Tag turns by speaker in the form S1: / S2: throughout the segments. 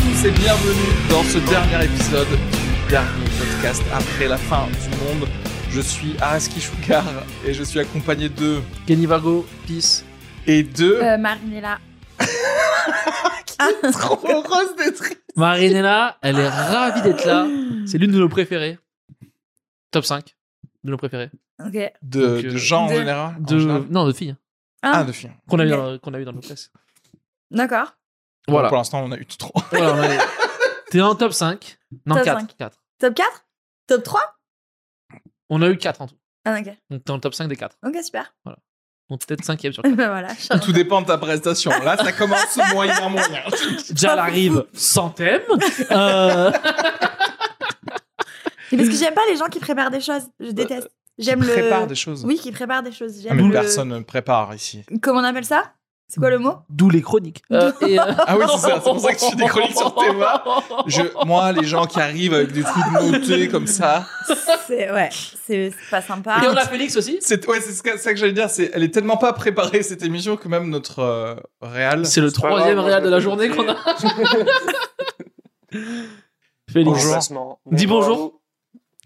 S1: tous et bienvenue dans ce dernier épisode du dernier podcast après la fin du monde. Je suis Araski Choukar et je suis accompagné de
S2: Kenny Vargo, peace.
S1: et de
S3: Euh, Marinella. Euh,
S1: trop heureuse d'être
S2: Marinella, elle est ravie d'être là. C'est l'une de nos préférées. Top 5 de nos préférées.
S3: Ok.
S1: de,
S2: Donc, euh,
S1: de gens en
S3: de-
S1: général. en
S2: De...
S1: général.
S2: Non, de filles. hein,
S1: Ah,
S3: Ah,
S1: de filles.
S2: Qu'on a, eu dans- qu'on a eu dans nos classes.
S3: d'accord.
S1: Bon,
S2: Voilà.
S1: Pour l'instant, on a eu tout trop.
S2: Voilà, on a- T'es en top 5. Non,
S3: Top
S2: 4,
S3: 5. Top 4 Top 3
S2: On a eu 4 en tout.
S3: Ah, ok.
S2: Donc t'es en top 5 des 4.
S3: Ok, super.
S2: Donc t'es peut-être 5 sur
S3: ben voilà. je-
S1: Tout dépend de ta prestation. Là, ça commence moyen, moyen.
S2: Déjà, elle arrive sans thème. Euh,
S3: Mais parce que j'aime pas les gens qui préparent des choses. Je déteste. J'aime le.
S1: Prépare des choses.
S3: Oui, qui préparent des choses.
S1: Ah,
S3: J'aime
S1: mais
S3: le-
S1: personne ne prépare ici.
S3: Comment on appelle ça C'est quoi le mot
S2: D'où les chroniques. Euh, et, euh,
S3: Oh,
S1: Ah oui, c'est ça, c'est pour ça que tu fais des chroniques sur Théma. Je, moi, les gens qui arrivent avec des trucs notés comme ça,
S3: C'est ouais. C'est c'est pas sympa.
S2: Et on a Félix aussi.
S1: C'est ouais, c'est ce que- ça que j'allais dire. C'est, elle est tellement pas préparée cette émission que même notre euh, réal.
S2: C'est le
S4: pas
S2: troisième
S4: grave,
S2: réal de la
S4: moi,
S2: journée
S4: je-
S2: qu'on a. Félix.
S1: Bonjour.
S4: Remplacement.
S2: Dis bonjour.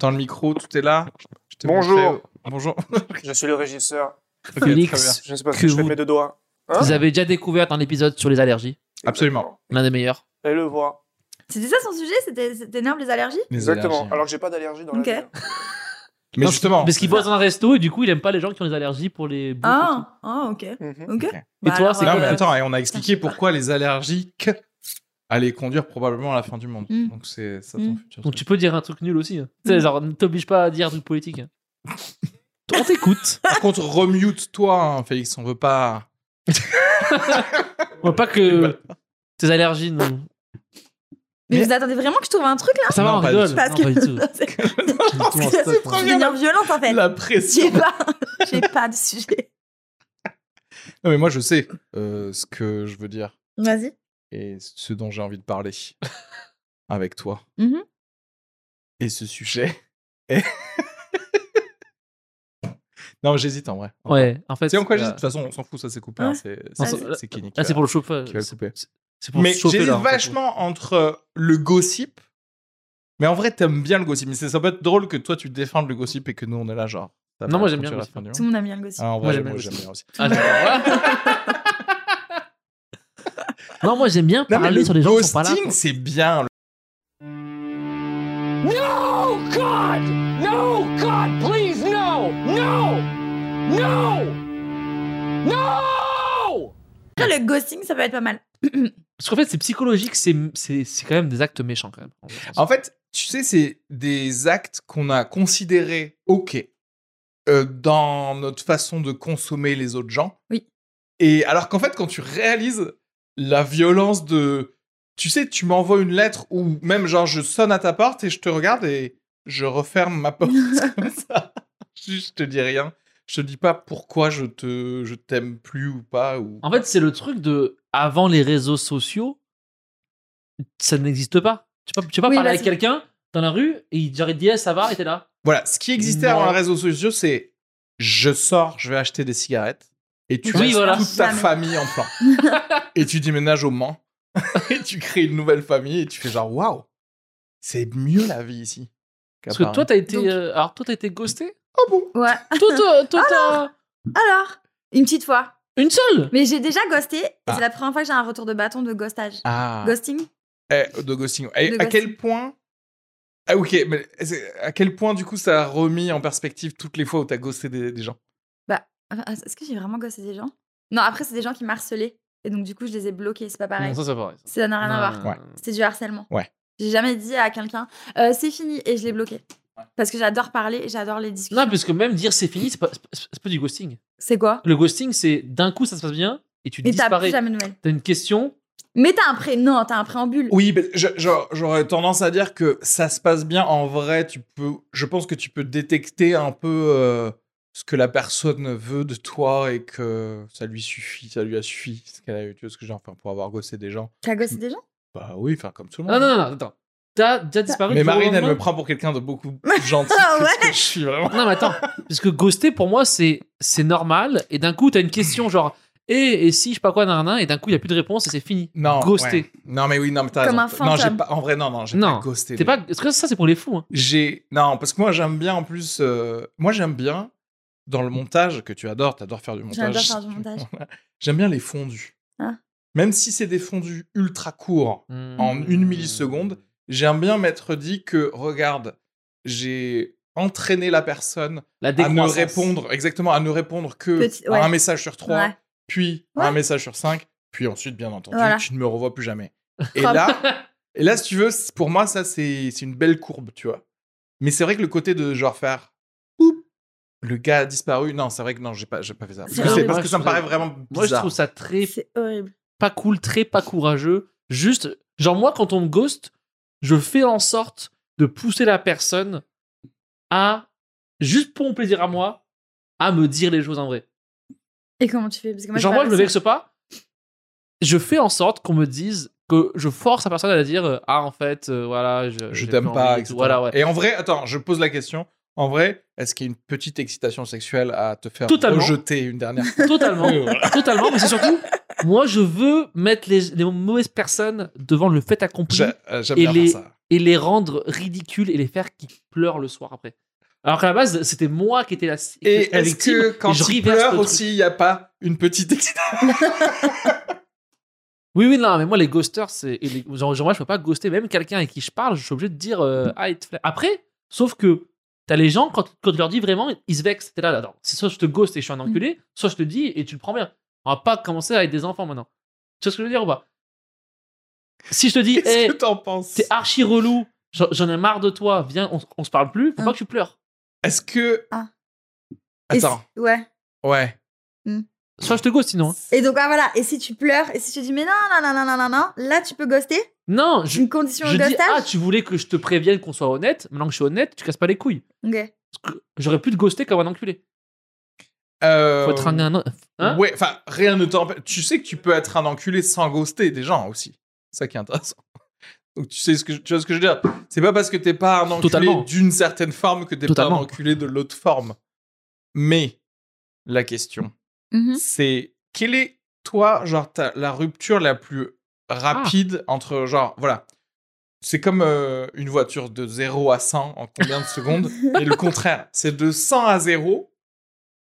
S1: Dans le micro, tout est là. Je t'ai
S4: Bonjour.
S1: montré- Bonjour.
S4: Je suis le régisseur.
S1: Ok, très bien.
S2: Félix,
S4: Je ne sais pas ce
S2: Que
S4: que, je fais
S2: vous-
S4: de mes deux doigts. Hein
S2: vous avez déjà découvert un épisode sur les allergies,
S1: Absolument.
S2: l'un des meilleurs.
S4: Et le voit.
S3: C'était ça son sujet C'était c'était énorme les allergies
S1: Les
S4: Exactement.
S1: allergies.
S4: Alors que j'ai pas d'allergie dans
S3: Ok.
S4: la vie. hein.
S1: Mais
S2: Non,
S1: justement,
S2: Parce qu'il bosse dans un resto et du coup, il aime pas les gens qui ont des allergies pour les bouffes. et tout.
S3: Ah, ah, ok.
S4: Mhm.
S3: Ok.
S1: Et
S3: Bah,
S2: toi,
S3: alors,
S2: c'est
S1: non,
S3: euh,
S1: mais attends, et on a expliqué pourquoi les allergiques allaient conduire probablement à la fin du monde.
S3: Mm.
S1: Donc c'est ça ton
S3: Mm.
S1: futur.
S2: Donc
S1: truc.
S2: tu peux dire un truc nul aussi. hein. Tu sais, genre, ne t'oblige pas à dire un truc politique. hein. On t'écoute.
S1: Par contre, remute-toi, hein, Félix. On veut pas.
S2: On veut pas que tes allergies nous.
S3: Mais
S1: mais-
S3: vous attendez vraiment que je trouve un truc là
S2: Ça va,
S1: Non,
S2: on
S1: pas
S2: rigole.
S1: du tout.
S2: Non, pas
S3: Parce que-
S2: du tout.
S3: C'est
S2: Pas du tout, on
S3: c'est-
S2: stop,
S3: Je
S2: hein.
S3: vais devenir violente en fait.
S1: La pression.
S3: J'ai pas, j'ai pas de sujet.
S1: Non, mais moi je sais euh, ce que je veux dire.
S3: Vas-y.
S1: et ce dont j'ai envie de parler avec toi.
S3: Mhm.
S1: Et ce sujet. est- non, j'hésite en vrai.
S2: Ouais, en fait.
S1: C'est en quoi
S2: euh,
S1: j'hésite De toute façon, on s'en fout, ça c'est coupé. hein,
S3: Ouais.
S1: c'est c'est-
S2: Non,
S1: c'est- euh.
S2: ça-
S1: c'est Kenny qui
S2: Là,
S1: va-
S2: c'est pour le chauffeur.
S1: qui va le couper.
S2: C'est pour
S1: Mais
S2: se chauffer,
S1: j'hésite
S2: là, en fait.
S1: vachement entre euh, le gossip. Mais en vrai, t'aimes bien le gossip. Mais c'est- ça peut être drôle que toi tu défendes le gossip et que nous on est là, genre. ça
S2: Non,
S1: va
S2: moi, j'aime
S1: continuer
S2: bien le
S1: la
S2: gossip.
S1: fin du
S3: Tout
S1: monde.
S3: le monde aime bien le gossip.
S1: Ah, en vrai,
S2: Moi, j'aime
S1: moi,
S2: bien le
S1: j'aime bien aussi.
S2: Ah, d'accord. non, moi j'aime bien
S1: Non, mais
S2: parler
S1: le
S2: sur les gens qui sont pas là.
S1: ghosting, c'est bien. le-
S3: Après, le ghosting, ça peut être pas mal.
S2: Parce qu'en fait, c'est psychologique, c'est c'est- c'est quand même des actes méchants quand même. en vrai sens.
S1: En fait, tu sais, c'est des actes qu'on a considérés OK euh, dans notre façon de consommer les autres gens.
S3: Oui.
S1: Et alors qu'en fait, quand tu réalises la violence de. Tu sais, tu m'envoies une lettre ou même genre je sonne à ta porte et je te regarde et je referme ma porte comme ça. Je, je te dis rien. Je te dis pas pourquoi je te je t'aime plus ou pas ou
S2: En fait, c'est le truc de avant les réseaux sociaux, ça n'existe pas. Tu peux, tu peux pas
S3: Oui,
S2: parler
S3: bah,
S2: avec
S3: c'est-
S2: quelqu'un dans la rue et il genre, il te dit Eh, ça va et t'es là.
S1: Voilà, ce qui existait avant
S2: Non.
S1: les réseaux sociaux, c'est je sors, je vais acheter des cigarettes. Et tu
S2: Oui,
S1: laisses
S2: voilà.
S1: toute ta
S3: Jamais.
S1: famille en plan. et tu déménages au Mans. et tu crées une nouvelle famille. Et tu fais genre, waouh, c'est mieux la vie ici. qu'à
S2: Parce que
S1: Paris.
S2: toi, t'as été,
S3: Donc-
S2: euh, alors toi, t'as été ghosté.
S3: Ouais.
S2: Toi, toi, toi, t'as-
S3: Alors, une petite fois.
S2: une seule.
S3: Mais j'ai déjà ghosté. et
S1: Ah.
S3: C'est la première fois que j'ai un retour de bâton de ghostage.
S1: Ah,
S3: Ghosting
S1: Eh, de ghosting. Et
S3: De
S1: à
S3: ghosting.
S1: quel point. Ah, ok, mais c'est- à quel point, du coup, ça a remis en perspective toutes les fois où t'as ghosté des, des gens
S3: Ah, Est-ce que j'ai vraiment ghosté des gens Non, après, c'est des gens qui m'harcelaient. Et donc, du coup, je les ai bloqués. C'est pas pareil.
S2: Non, ça, c'est pas vrai.
S3: Ça n'a rien à voir.
S2: Non, non,
S1: Ouais.
S2: non.
S3: C'était du harcèlement.
S1: Ouais.
S3: J'ai jamais dit à quelqu'un euh, c'est fini et je l'ai bloqué. Parce que j'adore parler et j'adore les discussions.
S2: Non, parce que même dire c'est fini, c'est pas, c'est pas- c'est pas du ghosting.
S3: C'est quoi
S2: Le ghosting, c'est d'un coup, ça se passe bien et tu
S3: Et t'as plus
S2: disparais.
S3: jamais de nouvelles.
S2: T'as une question.
S3: Mais t'as un pré... non, t'as un préambule.
S1: Oui, mais je- je- j'aurais tendance à dire que ça se passe bien. En vrai, tu peux, je pense que tu peux détecter un peu euh, ce que la personne veut de toi et que ça lui suffit, ça lui a suffi. Ce qu'elle a eu, tu vois ce que j'ai enfin pour avoir gossé des gens.
S3: T'as ghosté des gens
S1: Bah oui, enfin comme tout le
S2: Non,
S1: monde.
S2: non, non, non, attends. T'as déjà disparu.
S1: mais
S2: du jour au
S1: Marine, elle
S2: lendemain
S1: me prend pour quelqu'un de beaucoup plus gentil
S3: Ah
S1: que ce
S3: ouais.
S1: que je suis vraiment.
S2: Non, mais attends, parce que ghoster pour moi c'est c'est normal et d'un coup t'as une question genre eh, et, et si je sais pas quoi, nanan, et d'un coup, il n'y a plus de réponse et c'est fini.
S1: Non.
S2: Ghosté.
S1: ouais. Non, mais oui, non, mais t'as
S3: Comme
S1: raison.
S3: un
S1: Non,
S3: fantôme.
S1: j'ai pas. En vrai, non, non, j'ai
S2: Non,
S1: pas ghosté.
S2: T'es
S1: les
S2: pas... Parce que ça, c'est pour les fous. hein.
S1: J'ai non parce que moi j'aime bien en plus euh, moi j'aime bien dans le montage que tu adores, t'adores faire du montage.
S3: J'adore faire du montage.
S1: J'aime bien les fondus.
S3: Ah.
S1: Même si c'est des fondus ultra courts, En une
S2: Hmm.
S1: milliseconde. j'aime bien m'être dit que regarde, j'ai entraîné la personne
S2: La
S1: à ne
S2: décroissance.
S1: répondre exactement à ne répondre que
S3: Petit-
S1: à un
S3: ouais.
S1: message sur trois,
S3: Ouais.
S1: puis à
S3: Ouais.
S1: un message sur cinq, puis ensuite bien entendu
S3: Voilà.
S1: tu ne me revois plus jamais. Et
S3: Comme-
S1: là et là, si tu veux, c- pour moi, ça, c'est c'est une belle courbe, tu vois. Mais c'est vrai que le côté de genre faire Oup, le gars a disparu, non, c'est vrai que non, j'ai pas, j'ai pas fait ça. Parce
S3: C'est
S1: que, c'est-
S3: horrible.
S1: parce
S2: Moi,
S1: que
S2: je
S1: ça me paraît
S2: trouve-
S1: vraiment
S2: Moi, je
S1: bizarre.
S2: trouve ça très
S3: C'est horrible.
S2: pas cool, très pas courageux. Juste, genre moi, quand on me ghost, je fais en sorte de pousser la personne à, juste pour mon plaisir à moi, à me dire les choses en vrai.
S3: Et comment tu fais Parce que moi,
S2: genre
S3: j'ai
S2: moi,
S3: pas
S2: je me
S3: réussi.
S2: vexe pas. Je fais en sorte qu'on me dise que je force la personne à dire euh, ah en fait euh, voilà je,
S1: Je
S2: j'ai
S1: t'aime
S2: plus
S1: pas,
S2: envie et
S1: etc.
S2: tout. voilà ouais
S1: Et en vrai, attends, je pose la question. En vrai, est-ce qu'il y a une petite excitation sexuelle à te faire
S2: Totalement.
S1: rejeter une dernière fois
S2: totalement totalement mais c'est surtout moi je veux mettre les, les mauvaises personnes devant le fait accompli
S1: J'a- euh, J'aime
S2: Et
S1: bien
S2: les-
S1: faire ça.
S2: et les rendre ridicules et les faire qui pleurent le soir après. Alors qu'à la base, c'était moi qui étais la,
S1: Et
S2: la
S1: est-ce
S2: victime.
S1: que quand
S2: et je
S1: tu
S2: reverse
S1: pleures
S2: le truc.
S1: aussi, il n'y a pas une petite excitation
S2: Oui, oui, non, mais moi, les ghosters, c'est. et les- Genre, genre, moi, je peux pas ghoster même quelqu'un avec qui je parle, je suis obligé de dire. euh, ah, il te fla- Après, sauf que t'as les gens, quand, quand tu leur dis vraiment, ils se vexent. T'es là, là, attends, c'est soit je te ghost et je suis un enculé, soit je te dis et tu le prends bien. On va pas commencer avec des enfants maintenant. Tu vois ce que je veux dire ou pas Si je te dis,
S1: Qu'est-ce
S2: hey,
S1: que t'en penses
S2: Eh, t'es ah. archi relou, j'en j'en ai marre de toi, viens, on, s- on se parle plus, faut
S3: Hein.
S2: pas que tu pleures.
S1: Est-ce que.
S3: Ah. Et
S1: Attends,
S3: si- Ouais.
S1: ouais.
S2: Soit je te ghost sinon. hein.
S3: Et donc, ah, voilà. Et si tu pleures, et si tu dis, mais non, non, non, non, non, non, non, là, tu peux ghoster
S2: Non, je,
S3: Une condition
S2: Je
S3: de
S2: dis, ah,
S3: ghostage
S2: tu voulais que je te prévienne qu'on soit honnête. Maintenant que je suis honnête, tu casses pas les couilles.
S3: Ok.
S2: Parce que J'aurais pu te ghoster comme un enculé.
S1: Euh,
S2: Faut tringuer un autre. Hein
S1: ouais, enfin, rien ne t'empêche. Tu sais que tu peux être un enculé sans ghoster des gens aussi. C'est ça qui est intéressant. Donc tu sais ce que je- tu vois ce que je veux dire. C'est pas parce que t'es pas un enculé
S2: Totalement.
S1: d'une certaine forme que t'es pas un
S2: Totalement.
S1: enculé de l'autre forme. Mais la question,
S2: Mm-hmm.
S3: Mhm.
S1: c'est quelle est toi, genre ta- la rupture la plus rapide entre genre voilà. C'est comme euh, une voiture de 0 à 100 en combien de secondes et le contraire, c'est de 100 à 0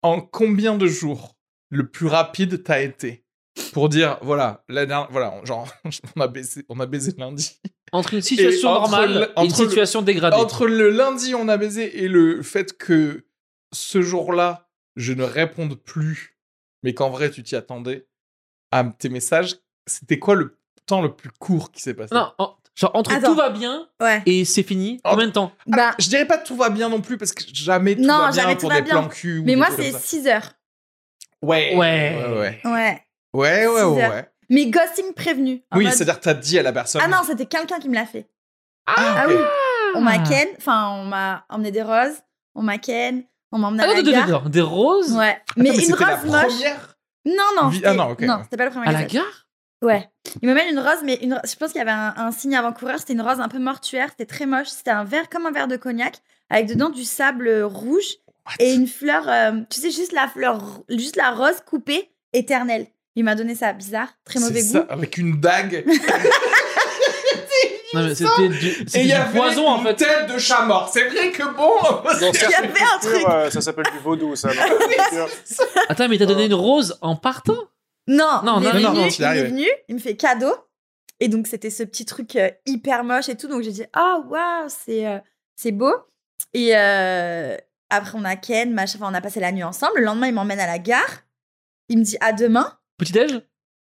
S1: en combien de jours le plus rapide t'as été pour dire voilà, la dernière voilà, genre on a baisé on a baisé lundi.
S2: Entre une situation
S1: entre
S2: normale
S1: le-
S2: et une
S1: entre le-
S2: situation dégradée.
S1: Entre le lundi on a baisé et le fait que ce jour-là, je ne réponde plus mais qu'en vrai tu t'y attendais à tes messages, c'était quoi le temps le plus court qui s'est passé
S2: Non, en- genre entre
S3: Attends.
S2: tout va bien
S3: Ouais.
S2: et c'est fini.
S1: Oh.
S2: Combien de temps
S3: Bah,
S1: Je dirais pas tout va bien non plus parce que jamais tout
S3: Non,
S1: va bien
S3: jamais tout
S1: pour
S3: va
S1: des
S3: bien.
S1: plans cul. ou
S3: mais
S1: des
S3: moi,
S1: trucs
S3: c'est
S1: comme ça.
S3: 6 heures.
S1: Ouais.
S2: Ouais.
S1: Ouais, ouais.
S3: Ouais.
S1: Ouais, ouais,
S3: Six
S1: ouais,
S3: heures.
S1: ouais.
S3: Mais ghosting prévenu. en
S1: Oui,
S3: mode-
S1: c'est-à-dire que t'as dit à la personne.
S3: Ah non, c'était quelqu'un qui me l'a fait.
S1: Ah,
S3: Ah
S1: ok.
S3: oui, on m'a
S2: Ah.
S3: ken, enfin, on m'a emmené des roses, on m'a ken, on m'a emmené
S2: Ah
S3: à
S2: non,
S3: la
S2: non, non,
S3: gare.
S2: non, non, Des roses
S3: Ouais,
S1: Attends,
S3: mais, une
S1: c'était la
S3: rose moche.
S1: première
S3: Non, non.
S1: Vi-
S3: c'était-
S1: ah non, ok, ouais.
S3: c'était pas le premier
S2: à la
S3: message.
S2: gare
S3: Ouais. Il me mène une rose, mais une... ro- je pense qu'il y avait un, un signe avant-coureur. C'était une rose un peu mortuaire. C'était très moche. C'était un verre comme un verre de cognac, avec dedans du sable euh, rouge
S1: What
S3: et une fleur. euh, tu sais, juste la fleur, ro- juste la rose coupée, éternelle. Il m'a donné ça bizarre, très
S1: C'est
S3: mauvais goût.
S1: ça, avec une dague.
S2: Non, mais c'était du,
S1: Et
S2: c'était
S1: il
S2: du
S1: y avait
S2: poison en
S1: une
S2: fait.
S1: tête de chat mort. C'est vrai que bon.
S4: Dans
S3: Il y
S4: certaines
S3: avait un
S4: cultures,
S3: truc.
S4: euh, ça s'appelle du vaudou, ça. dans certaines cultures.
S2: Attends, mais t'as donné une rose en partant
S3: Non,
S2: Non,
S3: il, est
S2: non,
S1: non,
S3: venu,
S1: non, tu l'as
S3: il est
S1: arrivé.
S3: venu, il me fait cadeau. Et donc, c'était ce petit truc euh, hyper moche et tout. Donc, j'ai dit, ah, waouh, c'est euh, c'est beau. Et euh, après, on a Ken, machin, enfin, on a passé la nuit ensemble. Le lendemain, il m'emmène à la gare. Il me dit, à demain.
S2: Petit déj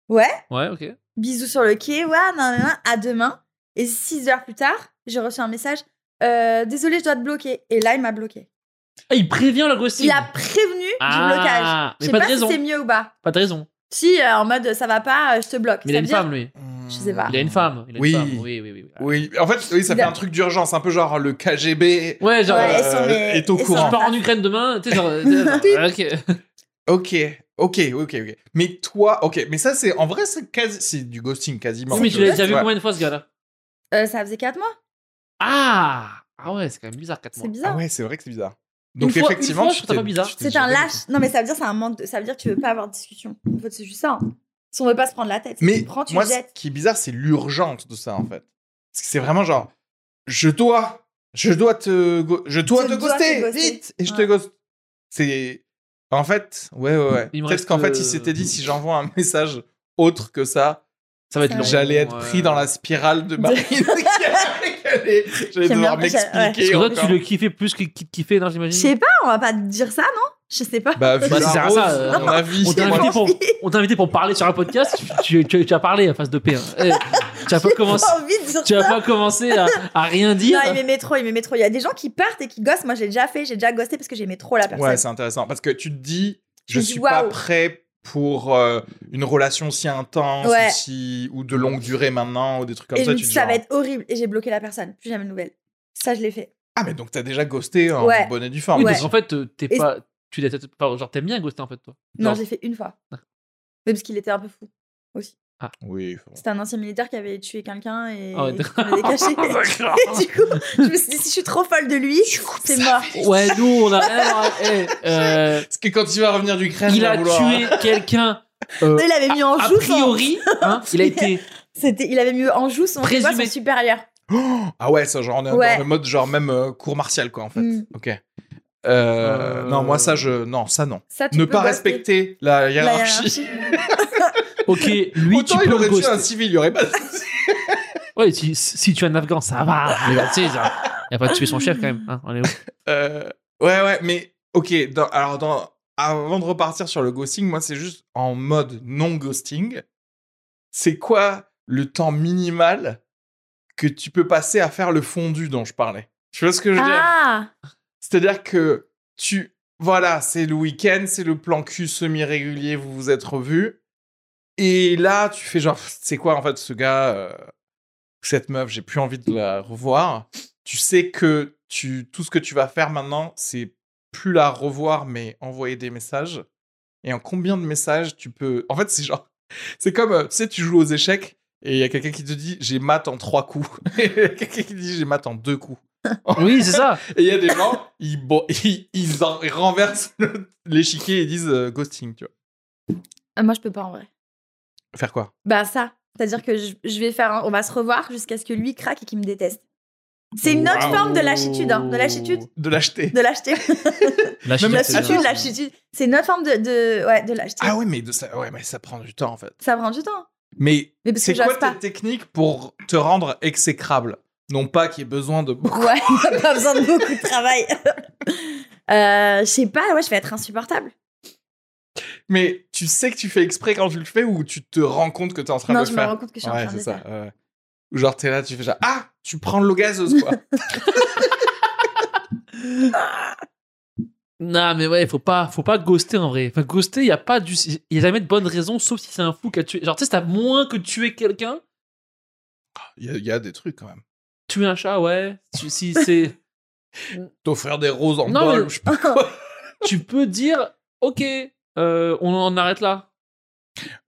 S3: Ouais.
S2: Ouais, ok.
S3: Bisous sur le quai. Ouais, nan, nan, nan, à demain. Et six heures plus tard, j'ai reçu un message. Euh, désolé, je dois te bloquer. Et là, il m'a bloqué.
S2: Ah, il prévient le ghosting.
S3: Il a prévenu du blocage.
S2: Ah, mais
S3: Je sais
S2: pas
S3: pas,
S2: de
S3: si
S2: raison.
S3: c'est mieux ou pas.
S2: Pas de raison.
S3: Si, euh, en mode ça va pas, euh, je te bloque.
S2: Mais il
S3: Ça
S2: a une
S3: veut dire-
S2: femme, lui.
S3: Je sais pas.
S2: Il a une femme. Il a une
S1: Oui.
S2: femme. Oui, oui, oui. oui.
S1: Oui, en fait, oui, ça
S3: Il
S1: fait
S3: a-
S1: un truc d'urgence, un peu genre le KGB.
S2: Ouais, genre.
S3: Ouais,
S2: euh,
S3: et son-
S1: euh,
S3: et-
S1: est au
S3: et
S2: Si
S3: son-
S1: courant.
S2: je pars en Ukraine demain, tu sais, genre. euh, ok.
S1: Ok, ok, ok, ok. Mais toi, ok, mais ça c'est en vrai c'est quasi, c'est du ghosting quasiment.
S2: Oui, mais tu l'as déjà vu
S1: Ouais.
S2: combien de fois ce gars-là
S3: Euh, ça faisait 4 mois.
S2: Ah Ah ouais, c'est quand même bizarre, 4
S3: C'est
S2: mois.
S3: bizarre.
S1: Ah ouais, c'est vrai que c'est bizarre. Donc
S2: fois- une
S1: effectivement,
S2: fois,
S1: tu
S2: je trouve ça
S1: t'es-
S2: pas bizarre.
S1: tu t'es
S3: C'est
S1: déjà
S3: un
S1: dit-
S3: lâche. Non, mais ça veut dire c'est un manque de. Ça veut dire que tu veux pas avoir de discussion. En fait, c'est juste ça. hein. Si on veut pas se prendre la tête,
S1: Mais
S3: tu prends, tu
S1: moi, ce
S3: jettes.
S1: qui est bizarre, c'est l'urgence de ça, en fait. Parce que c'est vraiment genre, je dois, je dois te, go- je dois
S3: Je
S1: te
S3: dois
S1: ghoster,
S3: te ghoster.
S1: vite, et je te
S3: Ouais.
S1: ghost. C'est, en fait, ouais, ouais, ouais.
S2: Il me
S1: Peut-être
S2: reste,
S1: qu'en fait,
S2: euh,
S1: il s'était dit, si j'envoie un message autre que ça,
S2: Ça va être
S3: C'est
S2: long.
S3: vrai.
S1: j'allais être pris dans la spirale de Marine. qu'elle est- J'allais
S3: J'aime
S1: devoir
S3: bien, j'aime- ouais.
S2: Parce
S1: m'expliquer.
S2: que toi,
S1: encore.
S2: tu le kiffais plus qu'il te kiffait, non, j'imagine
S3: Je sais pas, on va pas te dire ça, non Je sais pas.
S1: Bah, vu
S2: Bah, ça sert à
S1: la
S2: ça,
S1: rose,
S2: euh,
S1: mon avis,
S2: On t'a
S1: moi,
S2: invité, pour- on t'a invité pour parler sur un podcast, tu, tu- tu- tu as parlé à face de P. hein. Eh, tu as pas commencé,
S3: J'ai pas envie de dire
S2: tu as
S3: ça.
S2: pas commencé à, à rien dire.
S3: Non, il m'aimait trop, il m'aimait trop. Il y a des gens qui partent et qui gossent. Moi, j'ai déjà fait, j'ai déjà gossé parce que j'aimais trop la personne.
S1: Ouais, c'est intéressant parce que tu te dis, je
S3: me dis,
S1: suis pas
S3: waouh.
S1: prêt pour euh, une relation si intense
S3: Ouais.
S1: ou, si- ou de longue durée maintenant ou des trucs comme
S3: et je
S1: ça.
S3: me
S1: Tu
S3: dis,
S1: te dis,
S3: ça va
S1: genre,
S3: être horrible. Et j'ai bloqué la personne. Plus jamais de nouvelles. Ça, je l'ai fait.
S1: ah mais donc t'as déjà ghosté en
S3: Ouais.
S1: bonnet du
S2: Oui,
S1: forme.
S2: parce qu'en fait, euh, t'es
S3: Et-
S2: pas. Tu l'as peut-être pas- genre, t'aimes bien ghoster en fait, toi.
S3: Non,
S2: Non.
S3: j'ai fait une fois. Mais parce qu'il était un peu fou.
S1: Oui, faut-
S3: C'était un ancien militaire qui avait tué quelqu'un et
S1: Oh,
S2: Ah ouais,
S3: et qui l'avait caché.
S2: D'accord.
S3: Et du coup, je me suis dit, si je suis trop folle de lui, c'est mort.
S2: Ouais, nous, on a. alors, eh, euh,
S1: Parce que quand il va revenir d'Ukraine,
S2: il
S1: va
S2: a
S1: vouloir-
S2: tué quelqu'un.
S3: Non, Il avait mis en
S2: A
S3: joue. son-
S2: priori, hein, il a été.
S3: C'était, il avait mis en joue son, tu vois, son
S2: Présumé.
S3: supérieur.
S1: Ah ouais, ça genre on est
S3: Ouais.
S1: dans le mode genre même euh, cours martial quoi en fait.
S3: Mm.
S1: Ok. Euh, Non moi ça je non ça non.
S3: Ça, tu
S1: Ne
S3: peux
S1: pas
S3: gosser.
S1: respecter la
S3: La
S1: hiérarchie.
S2: Ok, lui,
S1: Autant
S2: tu
S1: il
S2: peux le
S1: aurait tué
S2: ghoster.
S1: un civil, il y aurait pas. de souci.
S2: Ouais, si, si tu es un Afghan, ça va. Mais bah, tu sais, ça- il a pas tué son chef quand même. hein, on est où
S1: Euh, ouais, ouais, mais ok. dans- alors, dans, avant de repartir sur le ghosting, moi, c'est juste en mode non ghosting. C'est quoi le temps minimal que tu peux passer à faire le fondu dont je parlais Tu vois ce que je veux dire
S3: Ah
S1: C'est-à-dire que tu. Voilà, c'est le week-end, c'est le plan cul semi-régulier, vous vous êtes revus. Et là, tu fais genre, c'est quoi en fait ce gars, euh, cette meuf, j'ai plus envie de la revoir. Tu sais que tu, tout ce que tu vas faire maintenant, c'est plus la revoir, mais envoyer des messages. Et en combien de messages tu peux. En fait, c'est genre. C'est comme, euh, tu sais, tu joues aux échecs et il y a quelqu'un qui te dit, j'ai mat en trois coups. Et il y a quelqu'un qui dit, j'ai mat en deux coups.
S2: Oui, c'est ça.
S1: Et il y a des gens, ils, bo- ils, ils en- ils renversent le- l'échiquier et disent euh, ghosting, tu vois.
S3: Ah, Moi, je peux pas en vrai.
S1: Faire quoi
S3: Bah, ça. C'est-à-dire que je, je vais faire. un- On va se revoir jusqu'à ce que lui craque et qu'il me déteste. C'est une autre
S1: Waouh.
S3: forme de lâchitude. hein, de lâchitude.
S1: De l'acheter.
S3: De lâcheté.
S2: Lâche-le,
S1: Même
S3: De
S1: la
S2: c'est
S3: lâchitude,
S2: bien.
S3: lâchitude. C'est une autre forme de, de, ouais, de lâcheté.
S1: Ah ouais mais, de ça, ouais, mais ça prend du temps, en fait.
S3: Ça prend du temps.
S1: Mais
S3: Mais parce que
S1: c'est quoi
S3: j'ose
S1: ta
S3: pas.
S1: technique pour te rendre exécrable Non pas qu'il y ait besoin de beaucoup...
S3: Ouais, on a pas besoin de beaucoup de travail. Euh, je sais pas, ouais, je vais être insupportable.
S1: Mais tu sais que tu fais exprès quand tu le fais ou tu te rends compte que t'es en train
S3: non,
S1: de
S3: je
S1: le
S3: me
S1: faire
S3: rends compte que je suis en
S1: Ouais,
S3: train de
S1: c'est
S3: le
S1: ça.
S3: faire.
S1: ouais. Ou genre, t'es là, tu fais genre, ah, tu prends de l'eau gazeuse, quoi.
S2: Non, mais ouais, faut pas, faut pas ghoster en vrai. Enfin, ghoster, il y a pas du, y a jamais de bonne raison, sauf si c'est un fou qui a tué. Genre, tu sais, c'est à moins que tuer quelqu'un,
S1: Il y, a- il y a des trucs, quand même.
S2: tuer un chat, ouais. Tu, si c'est,
S1: T'offrir des roses en
S2: Non,
S1: bol,
S2: mais-
S1: je sais pas.
S2: tu peux dire, ok, euh, on en arrête là.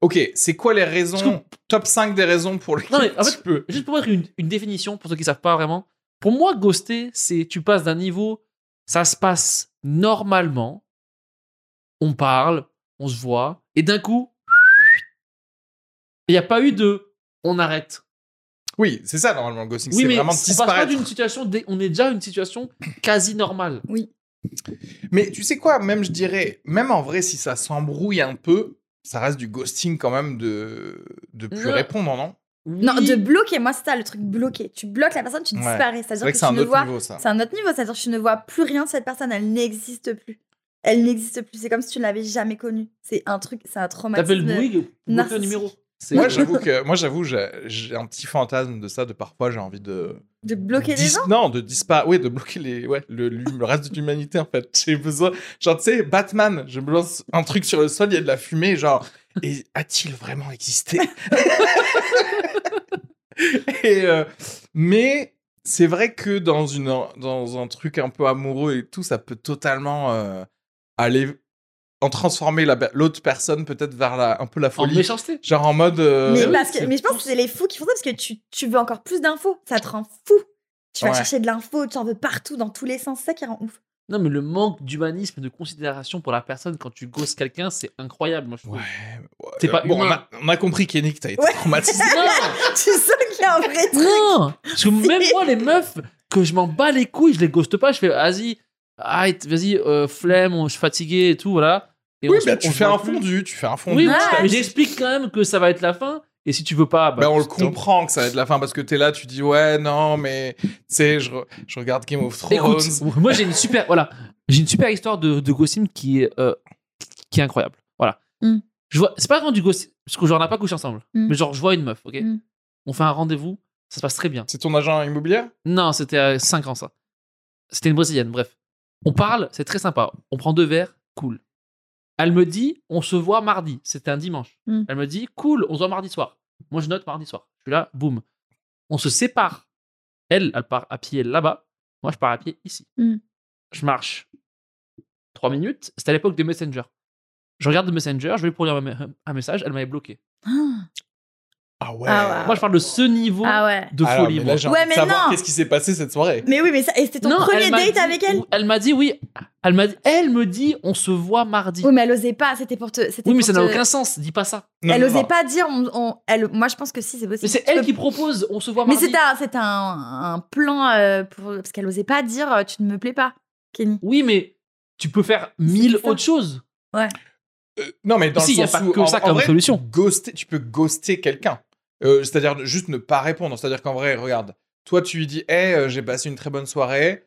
S1: Ok, c'est quoi les raisons, top 5 des raisons pour lesquelles
S2: Non, mais en fait-
S1: tu peux...
S2: Juste pour mettre une, une définition pour ceux qui savent pas vraiment. Pour moi, ghoster, c'est tu passes d'un niveau, ça se passe normalement, on parle, on se voit, et d'un coup, il n'y a pas eu de, on arrête.
S1: Oui, c'est ça normalement le ghosting,
S2: Oui,
S1: c'est
S2: mais
S1: vraiment
S2: on passe pas
S1: disparaître.
S2: d'une situation, dé- on est déjà à une situation quasi normale.
S1: Mais tu sais quoi, même je dirais, même en vrai, si ça s'embrouille un peu, ça reste du ghosting quand même de de plus
S2: Non.
S1: répondre, non
S3: Non,
S2: Oui,
S3: de bloquer, moi, c'est ça le truc bloqué. Tu bloques la personne, tu
S1: Ouais.
S3: disparais.
S1: C'est
S3: C'est-à-dire
S1: vrai
S3: que,
S1: que c'est un
S3: tu ne
S1: autre
S3: vois.
S1: niveau ça.
S3: C'est un autre niveau, c'est-à-dire que tu ne vois plus rien de cette personne, elle n'existe plus. Elle n'existe plus, c'est comme si tu ne l'avais jamais connue. C'est un truc, c'est un
S2: T'appelles
S3: traumatisme.
S2: Bouygues, bloquer le
S3: narcissique.
S2: numéro. C'est-
S1: Moi j'avoue que moi j'avoue j'ai j'ai un petit fantasme de ça de parfois j'ai envie de
S3: De bloquer les
S1: dis-
S3: gens
S1: non de disparaître oui de bloquer les ouais le, l'hum- le reste de l'humanité en fait j'ai besoin genre tu sais Batman je me lance un truc sur le sol il y a de la fumée genre et a-t-il vraiment existé Et, euh, mais c'est vrai que dans, une, dans un truc un peu amoureux et tout, ça peut totalement euh, aller en transformer la pe- l'autre personne peut-être vers la, un peu la
S2: En
S1: folie.
S2: méchanceté.
S1: Genre en mode. euh,
S3: mais,
S2: oui,
S3: parce que,
S2: c'est
S3: mais je pense que c'est les fous qui font ça parce que tu, tu veux encore plus d'infos, ça te rend fou. Tu vas
S1: Ouais.
S3: chercher de l'info, tu en veux partout, dans tous les sens, c'est ça qui rend ouf.
S2: Non, mais le manque d'humanisme et de considération pour la personne quand tu gosses quelqu'un, c'est incroyable. Moi, je trouve.
S1: Ouais.
S2: T'es
S1: euh,
S2: pas
S1: bon, on
S2: humain.
S1: a, on a compris qu'Yannick, t'as été
S3: Ouais.
S1: traumatisé.
S2: Non,
S3: tu sens qu'il y a un vrai truc.
S2: Non Parce que même moi, les meufs, que je m'en bats les couilles, je les ghoste pas, je fais vas-y, arrête, vas-y, euh, flemme, on- je suis fatigué et tout, voilà. Et
S1: Oui,
S2: on se-
S1: bah, tu
S2: on se
S1: fais
S2: voit
S1: un
S2: plus.
S1: fondu, tu fais un fondu.
S2: Oui,
S1: tu
S3: Ah,
S2: oui,
S1: fais-
S2: mais j'explique quand même que ça va être la fin, et si tu veux pas, bah,
S1: Bah, on le
S2: tant pis.
S1: comprend que ça va être la fin parce que t'es là, tu dis ouais, non, mais tu sais, je, re- je regarde Game of Thrones.
S2: Écoute, moi j'ai une super, voilà, j'ai une super histoire de, de Gossim qui est euh, qui est incroyable. Voilà.
S3: Mm.
S2: Je vois, c'est pas vraiment du Gossim, parce que genre on n'a pas couché ensemble,
S3: Mm.
S2: mais genre je vois une meuf, ok.
S3: Mm.
S2: On fait un rendez-vous, ça se passe très bien.
S1: C'est ton agent immobilier
S2: Non, c'était à 5 ans ça. C'était une brésilienne, bref. On parle, c'est très sympa. On prend deux verres, cool. Elle me dit, on se voit mardi. C'était un dimanche.
S3: Mm.
S2: Elle me dit, cool, on se voit mardi soir. Moi, je note mardi soir. Je suis là, boum. On se sépare. Elle, elle part à pied là-bas. Moi, je pars à pied ici.
S3: Mm.
S2: Je marche. Trois minutes. C'était à l'époque des Messenger. Je regarde le Messenger, je vais pour lire un me- un message, elle m'avait bloqué.
S1: Ah ouais.
S3: Ah ouais.
S2: Moi, je parle de ce niveau
S3: Ah ouais.
S2: de
S1: Alors,
S2: folie.
S1: mais
S2: moi.
S1: là, j'ai
S3: Ouais,
S1: envie de
S3: mais
S1: savoir
S3: non.
S1: qu'est-ce qui s'est passé cette soirée.
S3: Mais oui, mais ça, et c'était ton
S2: Non,
S3: premier
S2: elle m'a
S3: date
S2: dit-
S3: avec elle
S2: Elle m'a dit oui. Elle m'a dit- elle me dit on se voit mardi.
S3: Oui, mais elle osait pas, c'était pour te. c'était
S2: Oui, mais
S3: pour
S2: ça n'a
S3: te-
S2: aucun sens. Dis pas ça.
S1: Non,
S3: elle
S1: non,
S3: osait
S1: non.
S3: pas dire. on- on- elle, moi, je pense que si, c'est possible.
S2: Mais c'est
S3: Tu
S2: elle
S3: peux-
S2: qui propose on se voit
S3: Mais
S2: mardi.
S3: c'était un, c'était un, un plan euh, pour... parce qu'elle osait pas dire euh, tu ne me plais pas, Kenny.
S2: Oui, mais tu peux faire mille
S3: ça.
S2: autres choses.
S1: Euh, non, mais dans
S2: si, il
S1: le
S2: n'y a
S1: sens
S2: pas
S1: où,
S2: que
S1: en-
S2: ça
S1: en
S2: comme
S1: vrai,
S2: solution.
S1: ghoster, tu peux ghoster quelqu'un. Euh, C'est-à-dire de- juste ne pas répondre. C'est-à-dire qu'en vrai, regarde, toi tu lui dis Hé, j'ai passé une très bonne soirée.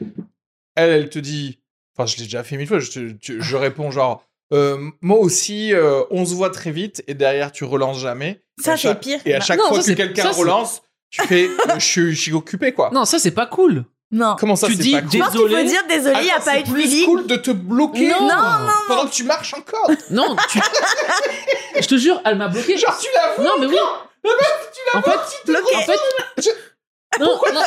S1: Elle, elle te dit Enfin, je l'ai déjà fait mille fois, je, te- tu- je réponds genre Euh, Moi aussi, euh, on se voit très vite, et derrière tu relances jamais. et à
S3: Ça, c'est
S1: chaque,
S3: pire.
S1: et à
S3: Bah,
S1: chaque
S2: Non,
S1: fois
S2: ça,
S1: que
S2: c'est-
S1: quelqu'un
S2: ça, c'est-
S1: relance, tu fais euh, je, suis- je suis occupé quoi.
S2: Non, ça c'est pas cool.
S3: Non.
S1: Comment ça,
S2: tu
S1: c'est
S2: dis
S1: pas cool
S3: Je pense qu'il faut
S2: Désolé.
S3: dire désolé, il n'y a
S1: Attends,
S3: pas eu
S1: c'est
S3: de
S1: plus
S3: feeling.
S1: cool de te bloquer
S2: Non, non, non.
S1: pendant que tu marches encore.
S2: Non, tu. je te jure, elle m'a bloqué.
S1: Genre, tu l'as vu
S2: Non, mais oui. en fait,
S3: Bloqué.
S2: en fait. Non, non.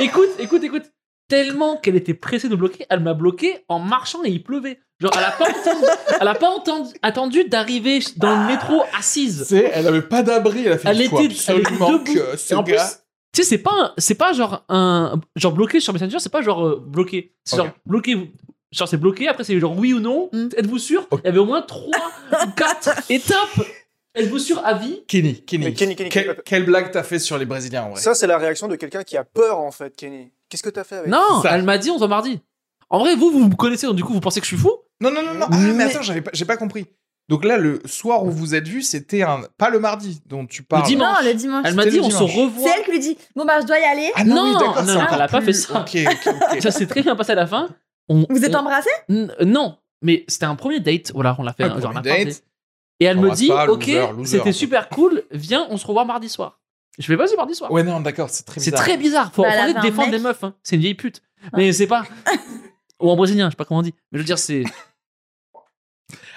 S2: écoute, écoute, écoute. Tellement qu'elle était pressée de bloquer, elle m'a bloqué en marchant et il pleuvait. Genre, elle a pas entendu, elle a pas entendu- attendu d'arriver dans
S1: Ah.
S2: le métro assise.
S1: C'est- elle avait pas d'abri, elle a fait
S2: Elle
S1: il faut
S2: était- elle était
S1: absolument
S2: debout.
S1: que ce
S2: Et en plus,
S1: gars.
S2: tu sais, c'est pas, un- c'est pas genre un. Genre bloqué sur Messenger, c'est pas genre euh, bloqué. C'est
S1: Ok. Hmm.
S2: genre bloqué. Genre c'est bloqué, après c'est genre oui ou non.
S3: Mm.
S2: Êtes-vous sûr
S1: Ok.
S2: Il y avait au moins 3 ou 4 étapes. Êtes-vous sûr à vie
S1: Kenny, Kenny.
S4: Mais Kenny, Kenny,
S1: Quelle-
S4: Kenny, Kenny.
S1: quelle blague t'as fait sur les Brésiliens en vrai
S4: Ça, c'est la réaction de quelqu'un qui a peur, en fait, Kenny. Qu'est-ce que t'as fait avec
S2: Non,
S1: Ça.
S2: elle m'a dit on se voit mardi. En vrai, vous, vous me connaissez, donc du coup vous pensez que je suis fou
S1: Non, non, non, non. Ah, mais attends, j'avais pas- j'ai pas compris. Donc là, le soir où vous êtes vus, c'était un. Pas le mardi dont tu parles.
S2: dimanche.
S3: Non, le dimanche.
S2: Elle m'a
S1: C'était
S2: dit
S1: le
S2: on se
S1: dimanche.
S2: revoit.
S3: C'est elle qui lui dit Bon, bah, je dois y aller.
S1: Ah non,
S2: Non,
S1: oui, d'accord,
S2: non,
S1: c'est
S2: non,
S1: encore
S2: elle a pas
S1: plus-
S2: fait ça.
S1: Ok, ok, ok.
S2: Ça s'est très bien passé à la fin. On-
S3: Vous êtes
S2: on-
S3: embrassés
S2: N- euh, Non, mais c'était un premier date. Voilà, on l'a fait.
S1: Un
S2: hein, genre, on a
S1: premier
S2: parlé.
S1: date.
S2: Et elle me
S1: T'embrasses
S2: dit
S1: pas,
S2: ok,
S1: loser, loser, en fait.
S2: c'était super cool, viens, on se revoit mardi soir. Je fais vas-y mardi soir.
S1: Ouais, non, d'accord, c'est très
S2: C'est
S1: bizarre.
S2: très bizarre. Faut
S3: Bah,
S2: faut
S3: elle
S2: arrêter de
S3: avait un
S2: défendre
S3: mec.
S2: les meufs. hein. C'est une vieille pute. Mais c'est pas. Ou en brésilien, je sais pas comment on dit. Mais je veux dire, c'est.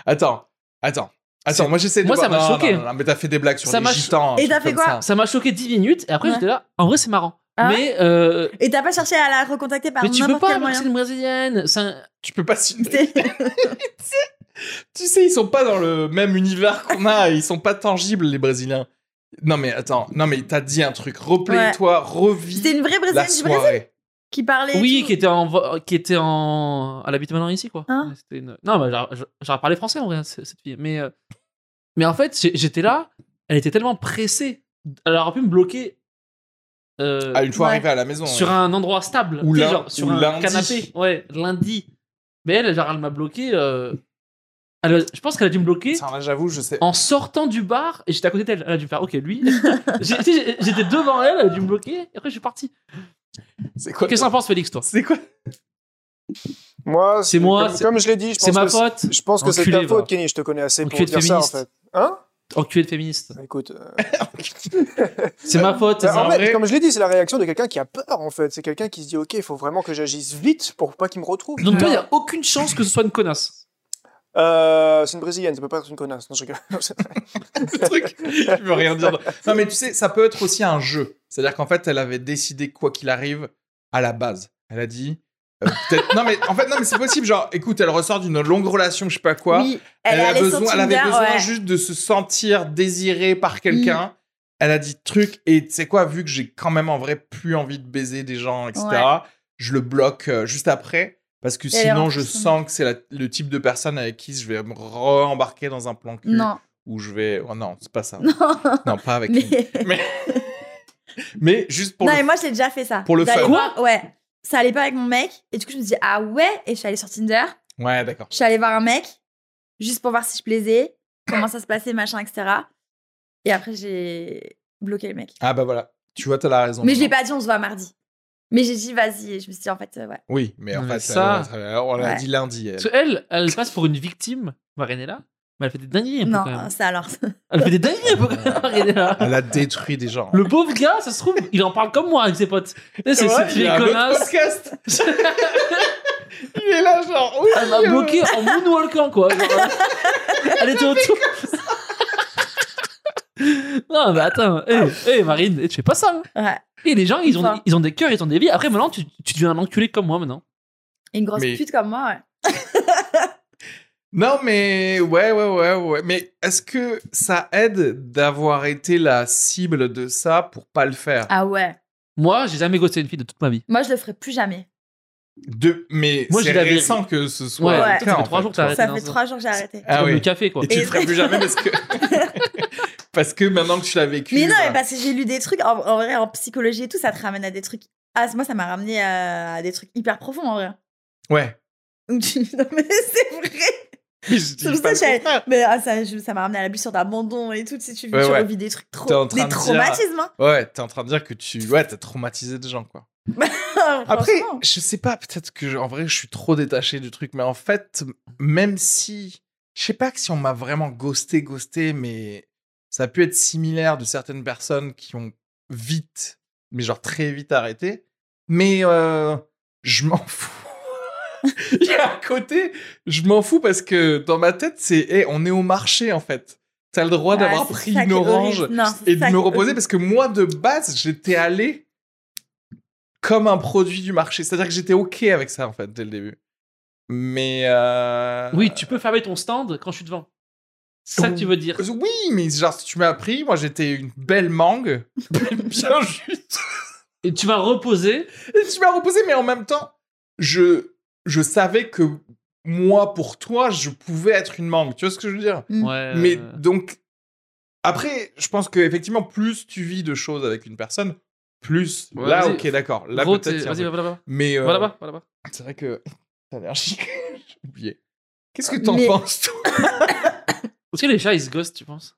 S1: Attends, attends. Attends, moi j'essaie de.
S2: Moi, ça
S1: voir-
S2: m'a
S1: non,
S2: choqué.
S1: non, non, non, mais t'as fait des blagues sur
S2: Ça
S1: les
S2: m'a cho-
S1: gitans. un
S3: Et
S1: truc
S3: t'as fait
S1: comme
S3: quoi
S1: ça.
S2: Ça m'a choqué 10 minutes. Et après,
S3: Ouais.
S2: j'étais là. En vrai, c'est marrant.
S3: Ah ouais Ah,
S2: mais euh,
S3: Et t'as pas cherché à la recontacter par
S2: mais tu peux
S3: n'importe
S2: pas
S3: quel
S2: avoir
S3: moyen.
S2: une brésilienne. C'est un-
S1: Tu peux pas. signer.
S3: C'était-
S1: Tu sais, ils sont pas dans le même univers qu'on a, ils sont pas tangibles, les Brésiliens. Non, mais attends, non, mais t'as dit un truc, replay-toi, revis
S3: C'était une vraie
S1: la
S3: brésilienne du Brésil
S1: soirée.
S3: qui parlait. et
S2: Oui,
S3: tout.
S2: qui était en, vo- qui était en, elle habite maintenant ici, quoi.
S3: Hein
S2: Mais c'était une- Non, mais j'aurais- j'aurais j'aurais parlé français en vrai, c- cette fille. Mais, euh, mais en fait, j'ai- j'étais là, elle était tellement pressée, elle aurait pu me bloquer euh,
S1: Ah, une fois
S3: Ouais.
S1: arrivé à la maison.
S2: sur
S1: ouais.
S2: un endroit stable,
S1: Ou
S2: tu sais,
S1: lin-
S2: genre sur
S1: ou
S2: un
S1: lundi.
S2: canapé, ouais, lundi. Mais elle, genre, elle m'a bloqué. euh, elle a- je pense qu'elle a dû me bloquer.
S1: Putain, là, j'avoue, je sais.
S2: En sortant du bar, et j'étais à côté d'elle, elle a dû me faire OK, lui. J'ai- tu sais, j'étais devant elle, elle a dû me bloquer, et après je suis parti.
S1: C'est quoi
S2: Qu'est-ce que t'en penses, Félix, toi
S1: C'est quoi
S4: Moi,
S2: C'est moi,
S4: Comme,
S2: c'est-
S4: comme je l'ai dit, je
S2: C'est
S4: pense
S2: ma
S4: que c'est-
S2: faute.
S4: je pense que c'est
S2: Enculé,
S4: ta faute,
S2: va.
S4: Kenny. Je te connais assez pour
S2: Enculé de
S4: dire ça, en
S2: féministe.
S4: fait. Hein
S2: Enculé de féministe.
S4: Écoute. euh,
S2: C'est ma faute. c'est
S4: bah,
S2: ça.
S4: en fait,
S1: vrai.
S4: comme je l'ai dit, c'est la réaction de quelqu'un qui a peur, en fait. C'est quelqu'un qui se dit, OK, il faut vraiment que j'agisse vite pour pas qu'il me retrouve.
S2: Donc toi, il n'y a aucune chance que ce soit une connasse.
S4: Euh, c'est une brésilienne, ça peut pas être une connasse. Non, je rigole.
S1: le truc Je veux rien dire. Non, mais tu sais, ça peut être aussi un jeu. C'est-à-dire qu'en fait, elle avait décidé, quoi qu'il arrive, à la base. Elle a dit. euh, peut-être. non, mais en fait, non, mais c'est possible. Genre, écoute, elle ressort d'une longue relation, je sais pas quoi.
S3: Oui, elle,
S1: a
S3: allait sur
S1: besoin, elle avait
S3: Tinder,
S1: besoin
S3: ouais. Mm.
S1: juste de se sentir désirée par quelqu'un. Elle a dit truc et tu sais quoi, vu que j'ai quand même en vrai plus envie de baiser des gens, etc.
S3: Ouais.
S1: Je le bloque euh, juste après. Parce que
S3: a l'air
S1: sinon, je
S3: impressionnant.
S1: sens que c'est la- le type de personne avec qui je vais me re-embarquer dans un plan cul.
S3: Non,
S1: Où je vais. Oh non, c'est pas ça.
S3: non.
S1: Non, pas avec. lui.
S3: mais...
S1: Mais juste pour
S3: non,
S1: le-
S3: mais moi, j'ai déjà fait ça.
S1: pour le
S3: D'aller
S1: fun.
S3: voir- Ouais. Ça allait pas avec mon mec. Et du coup, je me dis, ah ouais. Et je suis allée sur Tinder.
S1: Ouais, d'accord.
S3: Je suis allée voir un mec, juste pour voir si je plaisais, comment ça se passait, machin, etc. Et après, j'ai bloqué le mec.
S1: Ah bah voilà. Tu vois, t'as la raison.
S3: Mais je l'ai
S1: maintenant.
S3: pas dit, on se voit mardi. Mais j'ai dit, vas-y. Et je me suis dit, en fait, euh, ouais.
S1: Oui, mais en
S2: Non,
S1: fait,
S2: mais ça-
S1: elle- elle- on l'a
S3: Ouais.
S1: dit lundi. elle.
S2: Parce que elle, elle passe pour une victime, Marinella, mais elle fait des dingueries un peu quand
S1: hein.
S3: Non,
S2: même.
S3: c'est alors.
S2: Elle fait des dingueries un peu quand même, Marinella.
S1: Elle a détruit des gens.
S2: Le pauvre gars, ça se trouve, il en parle comme moi avec ses potes. Tu sais, C'est cette vieille connasse.
S1: podcast. Il est là, genre. oui,
S2: Elle m'a
S1: euh,
S2: bloqué en moonwalkant, quoi. Genre, euh, elle était autour. non, mais attends. Hé, hé, Marine, tu fais pas ça. hein.
S3: Ouais.
S2: Et les gens, ils ont,
S3: Enfin.
S2: ils ont des cœurs, ils ont des vies. Après, maintenant, tu, tu deviens un enculé comme moi maintenant.
S3: Une grosse
S1: Mais-
S3: pute comme moi, ouais.
S1: Non, mais ouais, ouais, ouais, ouais. Mais est-ce que ça aide d'avoir été la cible de ça pour pas le faire
S3: Ah ouais.
S2: Moi, j'ai jamais ghosté une fille de toute ma vie.
S3: Moi, je le ferai plus jamais.
S1: de... Mais
S2: Moi,
S1: c'est
S2: je l'avais-
S1: récent que ce soit
S2: Ouais,
S1: le
S3: ouais.
S1: cas,
S2: Ça fait
S1: en
S2: trois
S1: fait,
S2: jours que
S1: toi.
S2: t'arrêtes.
S3: Ça
S2: non,
S3: fait
S2: ça-
S3: trois jours que j'ai arrêté.
S1: Ah
S2: Comme
S1: oui.
S2: le café, quoi.
S1: Et tu
S3: Et-
S1: le feras plus jamais parce que... parce que maintenant que tu l'as vécu...
S3: Mais non,
S1: bah,
S3: mais parce que j'ai lu des trucs, en, en vrai, en psychologie et tout, ça te ramène à des trucs. Ah, moi, ça m'a ramené euh, à, à des trucs hyper profonds, en vrai.
S1: Ouais.
S3: Donc, tu- non, mais c'est vrai.
S1: Je dis
S3: C'est pour
S1: pas
S3: ça que
S1: le
S3: j'avais-
S1: contraire.
S3: Mais ah, ça, je- ça m'a ramené à la blessure d'abandon et tout. Si tu,
S1: Ouais,
S3: tu
S1: ouais.
S3: revis des trucs
S1: T'es en train
S3: trop. Des
S1: de dire-
S3: traumatismes, hein.
S1: Ouais, t'es en train de dire que tu... Ouais, t'as traumatisé des gens, quoi. Après,
S3: Franchement.
S1: je sais pas, peut-être que je- en vrai, je suis trop détaché du truc, mais en fait, même si. Je sais pas que si on m'a vraiment ghosté, ghosté, mais ça a pu être similaire de certaines personnes qui ont vite, mais genre très vite arrêté. Mais euh, je m'en fous. Il y a un côté, je m'en fous parce que dans ma tête, c'est, hey, on est au marché en fait. T'as le droit d'avoir
S3: Ah, c'est
S1: pris
S3: ça qui
S1: une
S3: est
S1: orange
S3: horrible. Non, c'est
S1: et de
S3: ça
S1: me
S3: qui est
S1: reposer
S3: horrible.
S1: parce que moi de base j'étais allé comme un produit du marché c'est à dire que j'étais ok avec ça en fait dès le début mais euh,
S2: Oui, tu peux fermer ton stand quand je suis devant. C'est ça que tu veux dire.
S1: oui mais genre si tu m'as appris moi j'étais une belle mangue bien juste
S2: Et tu vas reposer.
S1: et tu m'as reposé mais en même temps je je savais que moi pour toi je pouvais être une mangue tu vois ce que je veux dire
S3: Mm.
S2: Ouais.
S1: Mais
S2: euh,
S1: donc, après, je pense que effectivement, plus tu vis de choses avec une personne, plus.
S2: Ouais,
S1: là,
S2: vas-y.
S1: ok, d'accord. Là,
S2: gros,
S1: peut-être.
S2: t'es-
S1: il y a un
S2: Vas-y,
S1: peu-
S2: va là-bas.
S1: Mais euh,
S2: Va là-bas, va là-bas.
S1: c'est vrai que t'as allergique. J'ai oublié. Qu'est-ce que t'en
S3: Euh, Mais-
S1: penses, toi
S2: Est-ce que les chats, ils se ghostent, tu penses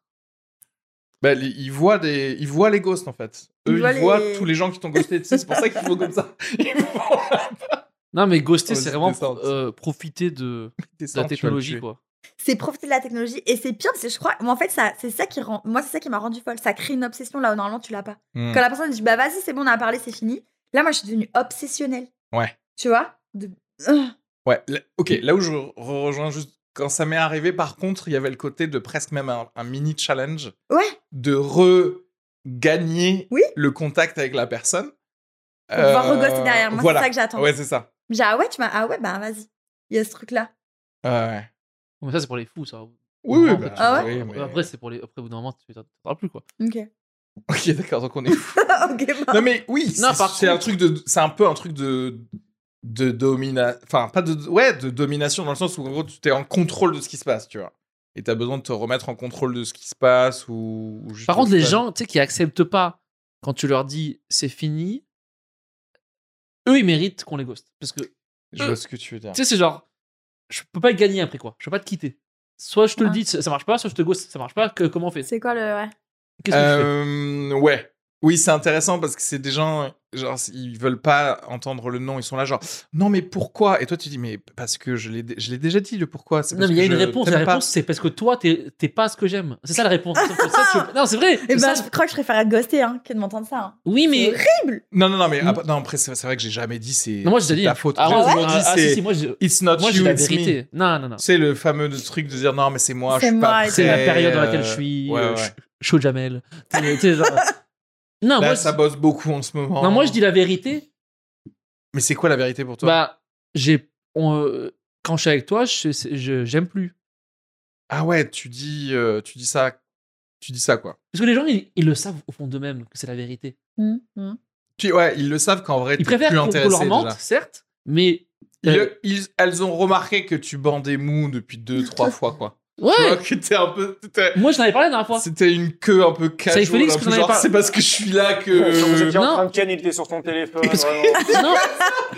S1: bah, les- ils, voient des... ils voient les ghosts, en fait. Eux,
S3: Ils
S1: ils,
S3: voient
S1: voient
S3: les-
S1: tous les gens qui t'ont ghosté. tu sais, c'est pour ça qu'ils font comme ça. Ils vont
S2: Non, mais ghoster,
S1: Oh,
S2: c'est
S1: c'est
S2: vraiment
S1: décente.
S2: euh, profiter de, de
S1: descendre, tu vas
S2: la
S1: le
S2: technologie,
S1: tuer.
S2: quoi.
S3: C'est profiter de la technologie. Et c'est pire parce que je crois. Moi, en fait, ça, c'est ça qui rend. Moi, c'est ça qui m'a rendu folle. Ça crée une obsession là où normalement tu l'as pas.
S1: Hmm.
S3: Quand la personne dit, bah vas-y, c'est bon, on a parlé, c'est fini. Là, moi, je suis devenue obsessionnelle.
S1: Ouais.
S3: Tu vois De- Ah.
S1: Ouais, là- ok,
S3: Mmh.
S1: là où je re- rejoins juste. Quand ça m'est arrivé, par contre, il y avait le côté de presque même un, un mini challenge.
S3: Ouais.
S1: De regagner
S3: Oui.
S1: le contact avec la personne.
S3: Pour pouvoir regosser derrière. Moi,
S1: Euh, voilà.
S3: c'est ça que j'attends.
S1: Ouais, c'est ça.
S3: J'ai ah ouais, tu m'as. Ah ouais, bah vas-y. Il y a ce truc-là.
S1: Ouais, ouais.
S2: Mais ça, c'est pour les fous, ça.
S1: Oui, oui,
S2: Après,
S1: bah,
S2: tu-
S3: Ah
S1: oui, mais-
S2: Après, c'est pour les. Après, au bout d'un moment, tu t'en parles plus, quoi.
S3: Ok.
S1: Ok, d'accord, donc on est fou.
S3: ok, bah.
S1: non, mais oui,
S2: Non,
S1: c'est
S2: par
S1: c'est un
S2: contre-
S1: truc de. C'est un peu un truc de. De domination. Enfin, pas de. Ouais, de domination dans le sens où, en gros, tu t'es en contrôle de ce qui se passe, tu vois. Et t'as besoin de te remettre en contrôle de ce qui se passe ou. ou juste-
S2: Par contre, les gens, tu sais, qui acceptent pas quand tu leur dis c'est fini, eux, ils méritent qu'on les ghoste. Parce que, tu
S1: Je vois ce que tu veux dire.
S2: sais, c'est genre, je peux pas gagner après, quoi. Je peux pas te quitter. Soit je te le
S3: Ah.
S2: dis, ça ça marche pas, soit je te ghost, ça marche pas. Que, comment on fait
S3: C'est quoi le. Ouais.
S2: Qu'est-ce que tu fais
S1: Euh, ouais. Oui, c'est intéressant parce que c'est des gens, genre, ils veulent pas entendre le nom. Ils sont là, genre, non, mais pourquoi Et toi, tu dis, mais parce que je l'ai dé- je l'ai déjà dit le pourquoi. c'est
S2: Non,
S1: parce
S2: mais il y a
S1: que
S2: une
S1: je
S2: réponse. La
S1: t'aime pas.
S2: réponse, c'est parce que toi, t'es t'es pas ce que j'aime. C'est ça la réponse. Sauf que ça, tu- Non, c'est vrai.
S3: Et
S2: Ça,
S3: ben, je crois que je préfère être ghosté hein, que de m'entendre ça. hein.
S2: Oui, mais.
S3: C'est
S1: Non, non, non, mais
S2: Mm.
S1: ah, bah, non, après, c'est c'est vrai que j'ai jamais dit, c'est
S2: Non, moi, je
S1: c'est
S2: t'ai dit.
S1: ta faute.
S2: Ah,
S1: J'ai
S2: ouais,
S1: toujours
S2: ah,
S1: dit,
S2: ah, si,
S1: c'est
S2: si, moi, je-
S1: it's not
S2: moi, j'ai
S1: you,
S2: la
S1: it's me.
S2: vérité. Non, non, non.
S1: C'est le fameux truc de dire, non, mais c'est moi, je
S3: C'est
S1: suis
S3: moi,
S1: pas prêt.
S3: et
S2: C'est la période dans laquelle je
S1: euh,
S2: suis
S1: ouais,
S2: euh,
S1: ouais.
S2: ch- chaud Jamel. Tu sais, tu sais, genre- Non,
S1: Là,
S2: moi,
S1: ça
S2: je...
S1: bosse beaucoup en ce moment.
S2: non, moi je dis la vérité.
S1: Mais c'est quoi la vérité pour toi
S2: Bah, j'ai on, euh, quand je suis avec toi, je c'est- je- j'aime plus.
S1: Ah ouais, tu dis, euh, tu dis ça, tu dis ça quoi.
S2: Parce que les gens ils, ils le savent au fond d'eux-mêmes que c'est la vérité.
S3: Hum, hum.
S1: Tu- ouais, ils le savent qu'en vrai,
S2: Ils
S1: t'es
S2: préfèrent
S1: plus
S2: qu'on qu'on
S1: intéressé
S2: leur mente,
S1: déjà.
S2: certes, mais
S1: Ils- ils- elles ont remarqué que tu bandais mou depuis deux, trois fois, quoi. Tu vois
S2: Ouais.
S1: que t'es un peu. t'étais-
S2: Moi, je t'en avais parlé la dernière fois.
S1: C'était une queue un peu casual.
S2: Saïd Félix,
S1: un
S2: que
S1: peu
S2: t'en
S1: genre,
S2: avais pas-
S1: c'est parce que je suis là
S4: Vous
S1: que.
S4: étiez en
S2: Euh, non.
S4: train de ken, il était sur son téléphone.
S1: Parce que-
S4: vraiment.
S2: Non,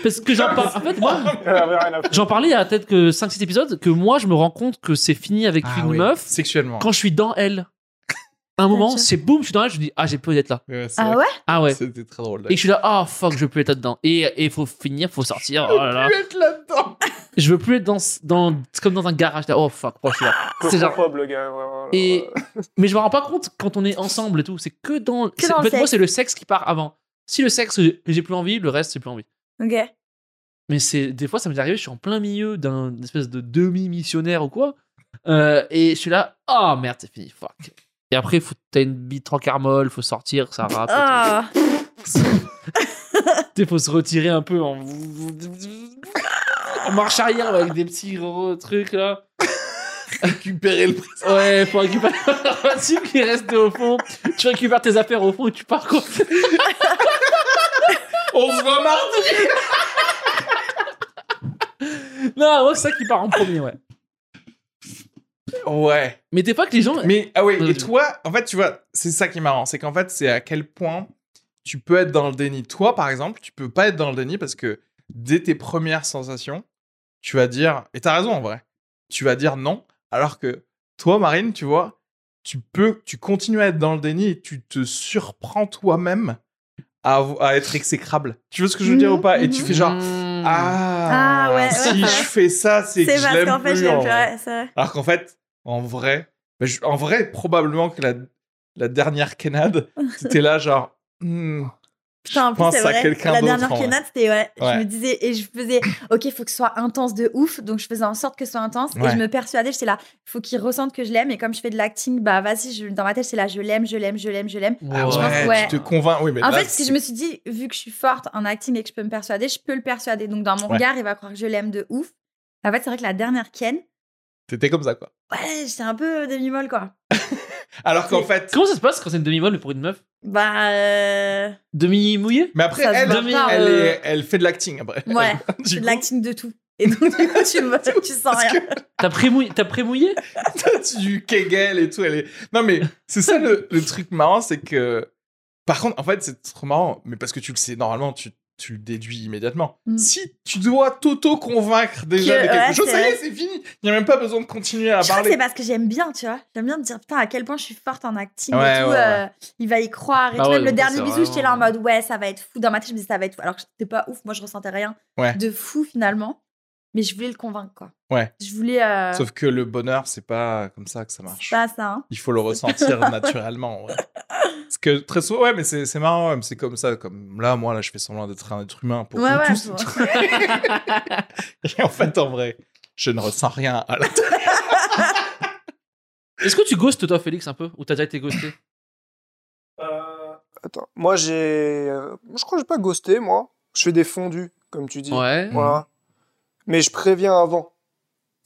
S2: parce que j'en parle. En fait, moi,
S4: Elle avait rien à foutre.
S2: j'en parlais il y a peut-être que 5-6 épisodes que moi, je me rends compte que c'est fini avec
S1: Ah
S2: une
S1: oui,
S2: meuf
S1: Sexuellement.
S2: quand je suis dans elle. À un moment,
S3: Ok.
S2: c'est boum, je suis dans elle, je me dis, ah, j'ai peur d'être là.
S1: Ouais, c'est
S3: Ah
S1: vrai
S3: ouais
S1: que
S2: Ah ouais.
S1: C'était très drôle.
S2: Et je suis là, ah fuck, je peux être là-dedans. Et il faut finir, faut sortir. Oh là là.
S1: Tu être là-dedans.
S2: Je veux plus être dans, ce- dans c'est comme dans un garage. là. Oh fuck, oh, je suis là. C'est genre.
S4: Claustrophobe, le gars. vraiment,
S2: Et
S4: genre,
S2: mais je me rends pas compte quand on est ensemble et tout. C'est que dans. c'est-
S3: dans
S2: en
S3: le
S2: fait, moi,
S3: sexe.
S2: c'est le sexe qui part avant. Si le sexe j'ai j'ai plus envie, le reste c'est plus envie.
S3: Ok.
S2: Mais c'est des fois ça m'est arrivé, je suis en plein milieu d'un espèce de demi missionnaire ou quoi, euh, et je suis là, oh merde, c'est fini, fuck. Et après, faut t'as une bite trois quarts molle, faut sortir, ça rappe. et tout.
S3: Ah.
S2: Il faut se retirer un peu en, en marche arrière avec des petits gros trucs là.
S1: Récupérer le présent.
S2: Ouais, faut récupérer un type qui reste au fond. Tu récupères tes affaires au fond et tu pars quoi.
S1: On se voit mardi.
S2: Non, ouais, c'est ça qui part en premier, ouais.
S1: Ouais.
S2: Mais des fois que les gens.
S1: Mais ah ouais,
S2: Vas-y.
S1: et toi, en fait, tu vois, c'est ça qui est marrant, c'est qu'en fait, c'est à quel point tu peux être dans le déni. Toi, par exemple, tu peux pas être dans le déni parce que dès tes premières sensations, tu vas dire, et t'as raison en vrai, tu vas dire non, alors que toi, Marine, tu vois, tu peux, tu continues à être dans le déni et tu te surprends toi-même à, avo- à être exécrable. Tu vois ce que je veux dire
S3: Mhm,
S1: ou pas Et tu
S3: mhm.
S1: fais genre,
S2: Mmh.
S1: ah,
S3: Ah ouais,
S1: si
S3: ouais.
S1: je fais ça, c'est que
S3: C'est
S1: je
S3: parce qu'en
S1: l'aime
S3: fait,
S1: plus.
S3: je l'aime
S1: en
S3: plus.
S1: vrai.
S3: Ouais, c'est vrai.
S1: Alors qu'en fait, en vrai, bah, je- en vrai, probablement que la, la dernière canade, c'était là genre. hmm,
S3: Putain, en
S1: je
S3: plus,
S1: pense
S3: c'est
S1: à
S3: vrai.
S1: quelqu'un
S3: La
S1: d'autre.
S3: dernière
S1: en vrai.
S3: Kenat, c'était ouais.
S1: Ouais.
S3: Je me disais, et je faisais, ok, il faut que ce soit intense de ouf. Donc, je faisais en sorte que ce soit intense. Et
S1: Ouais.
S3: je me persuadais, j'étais là, faut qu'il ressente que je l'aime. Et comme je fais de l'acting, bah, vas-y, je- dans ma tête, c'est là, je l'aime, je l'aime, je l'aime, je l'aime.
S1: Ah
S3: Je
S1: ouais,
S3: pense- ouais.
S1: tu te convaincs. Oui, mais
S3: En
S1: là,
S3: fait, si je me suis dit, vu que je suis forte en acting et que je peux me persuader, je peux le persuader. Donc, dans mon
S1: Ouais.
S3: regard, il va croire que je l'aime de ouf. En fait, c'est vrai que la dernière Ken,
S1: t'étais comme ça, quoi.
S3: ouais, j'étais un peu demi-molle, quoi.
S1: Alors qu'en fait.
S2: Comment ça se passe quand c'est une demi-molle pour une meuf
S3: Bah. euh,
S2: Demi-mouillée
S1: Mais après,
S3: Ça se
S1: elle,
S2: voit pas,
S1: elle,
S2: euh.
S1: est- elle fait de l'acting après.
S3: Ouais,
S1: Du
S3: c'est de
S1: coup,
S3: l'acting de tout. Et donc, du coup, tu, me- tu sens
S1: Parce
S3: rien.
S2: T'as pré-mouillé T'as pré-mouillé
S1: t'as du Kegel et tout. Elle est... Non, mais c'est ça le, le truc marrant, c'est que. Par contre, en fait, c'est trop marrant, mais parce que tu le sais, normalement, tu, tu le déduis immédiatement.
S3: Mm.
S1: Si tu dois t'auto-convaincre déjà
S3: Que-
S1: de quelque
S3: ouais,
S1: chose,
S3: c'est
S1: ça y est,
S3: vrai.
S1: c'est fini. Il n'y a même pas besoin de continuer à
S3: Je crois que
S1: parler.
S3: c'est parce que j'aime bien, tu vois. J'aime bien me dire, putain, à quel point je suis forte en acting
S1: Ouais,
S3: et tout.
S1: ouais, ouais.
S3: euh, il va y croire. Et
S2: Ah
S3: tout.
S2: ouais,
S3: Même le
S2: donc
S3: dernier
S2: c'est
S3: bisou, j'étais là en
S2: vraiment- euh,
S3: mode, ouais, ça va être fou. Dans ma tête, je me disais, ça va être fou. Alors que c'était pas ouf. Moi, je ressentais rien
S1: Ouais.
S3: de fou finalement. Mais je voulais le convaincre, quoi.
S1: Ouais.
S3: Je voulais. euh,
S1: Sauf que le bonheur, c'est pas comme ça que ça
S3: c'est
S1: marche.
S3: pas ça, hein.
S1: Il faut le ressentir naturellement. ouais. Parce que très souvent, ouais, mais c'est c'est marrant, ouais, mais c'est comme ça. Comme là, moi, là, je fais semblant d'être un être humain pour
S3: Ouais,
S1: vous
S3: ouais,
S1: tous.
S3: pour-
S1: Et en fait, en vrai, je ne ressens rien. à la-
S2: Est-ce que tu ghostes toi, Félix, un peu Ou t'as déjà été ghosté
S4: euh, Attends, moi j'ai. euh, Je crois que j'ai pas ghosté, moi. Je fais des fondus, comme tu dis.
S2: Ouais. Mhm.
S4: Voilà. Mais je préviens avant.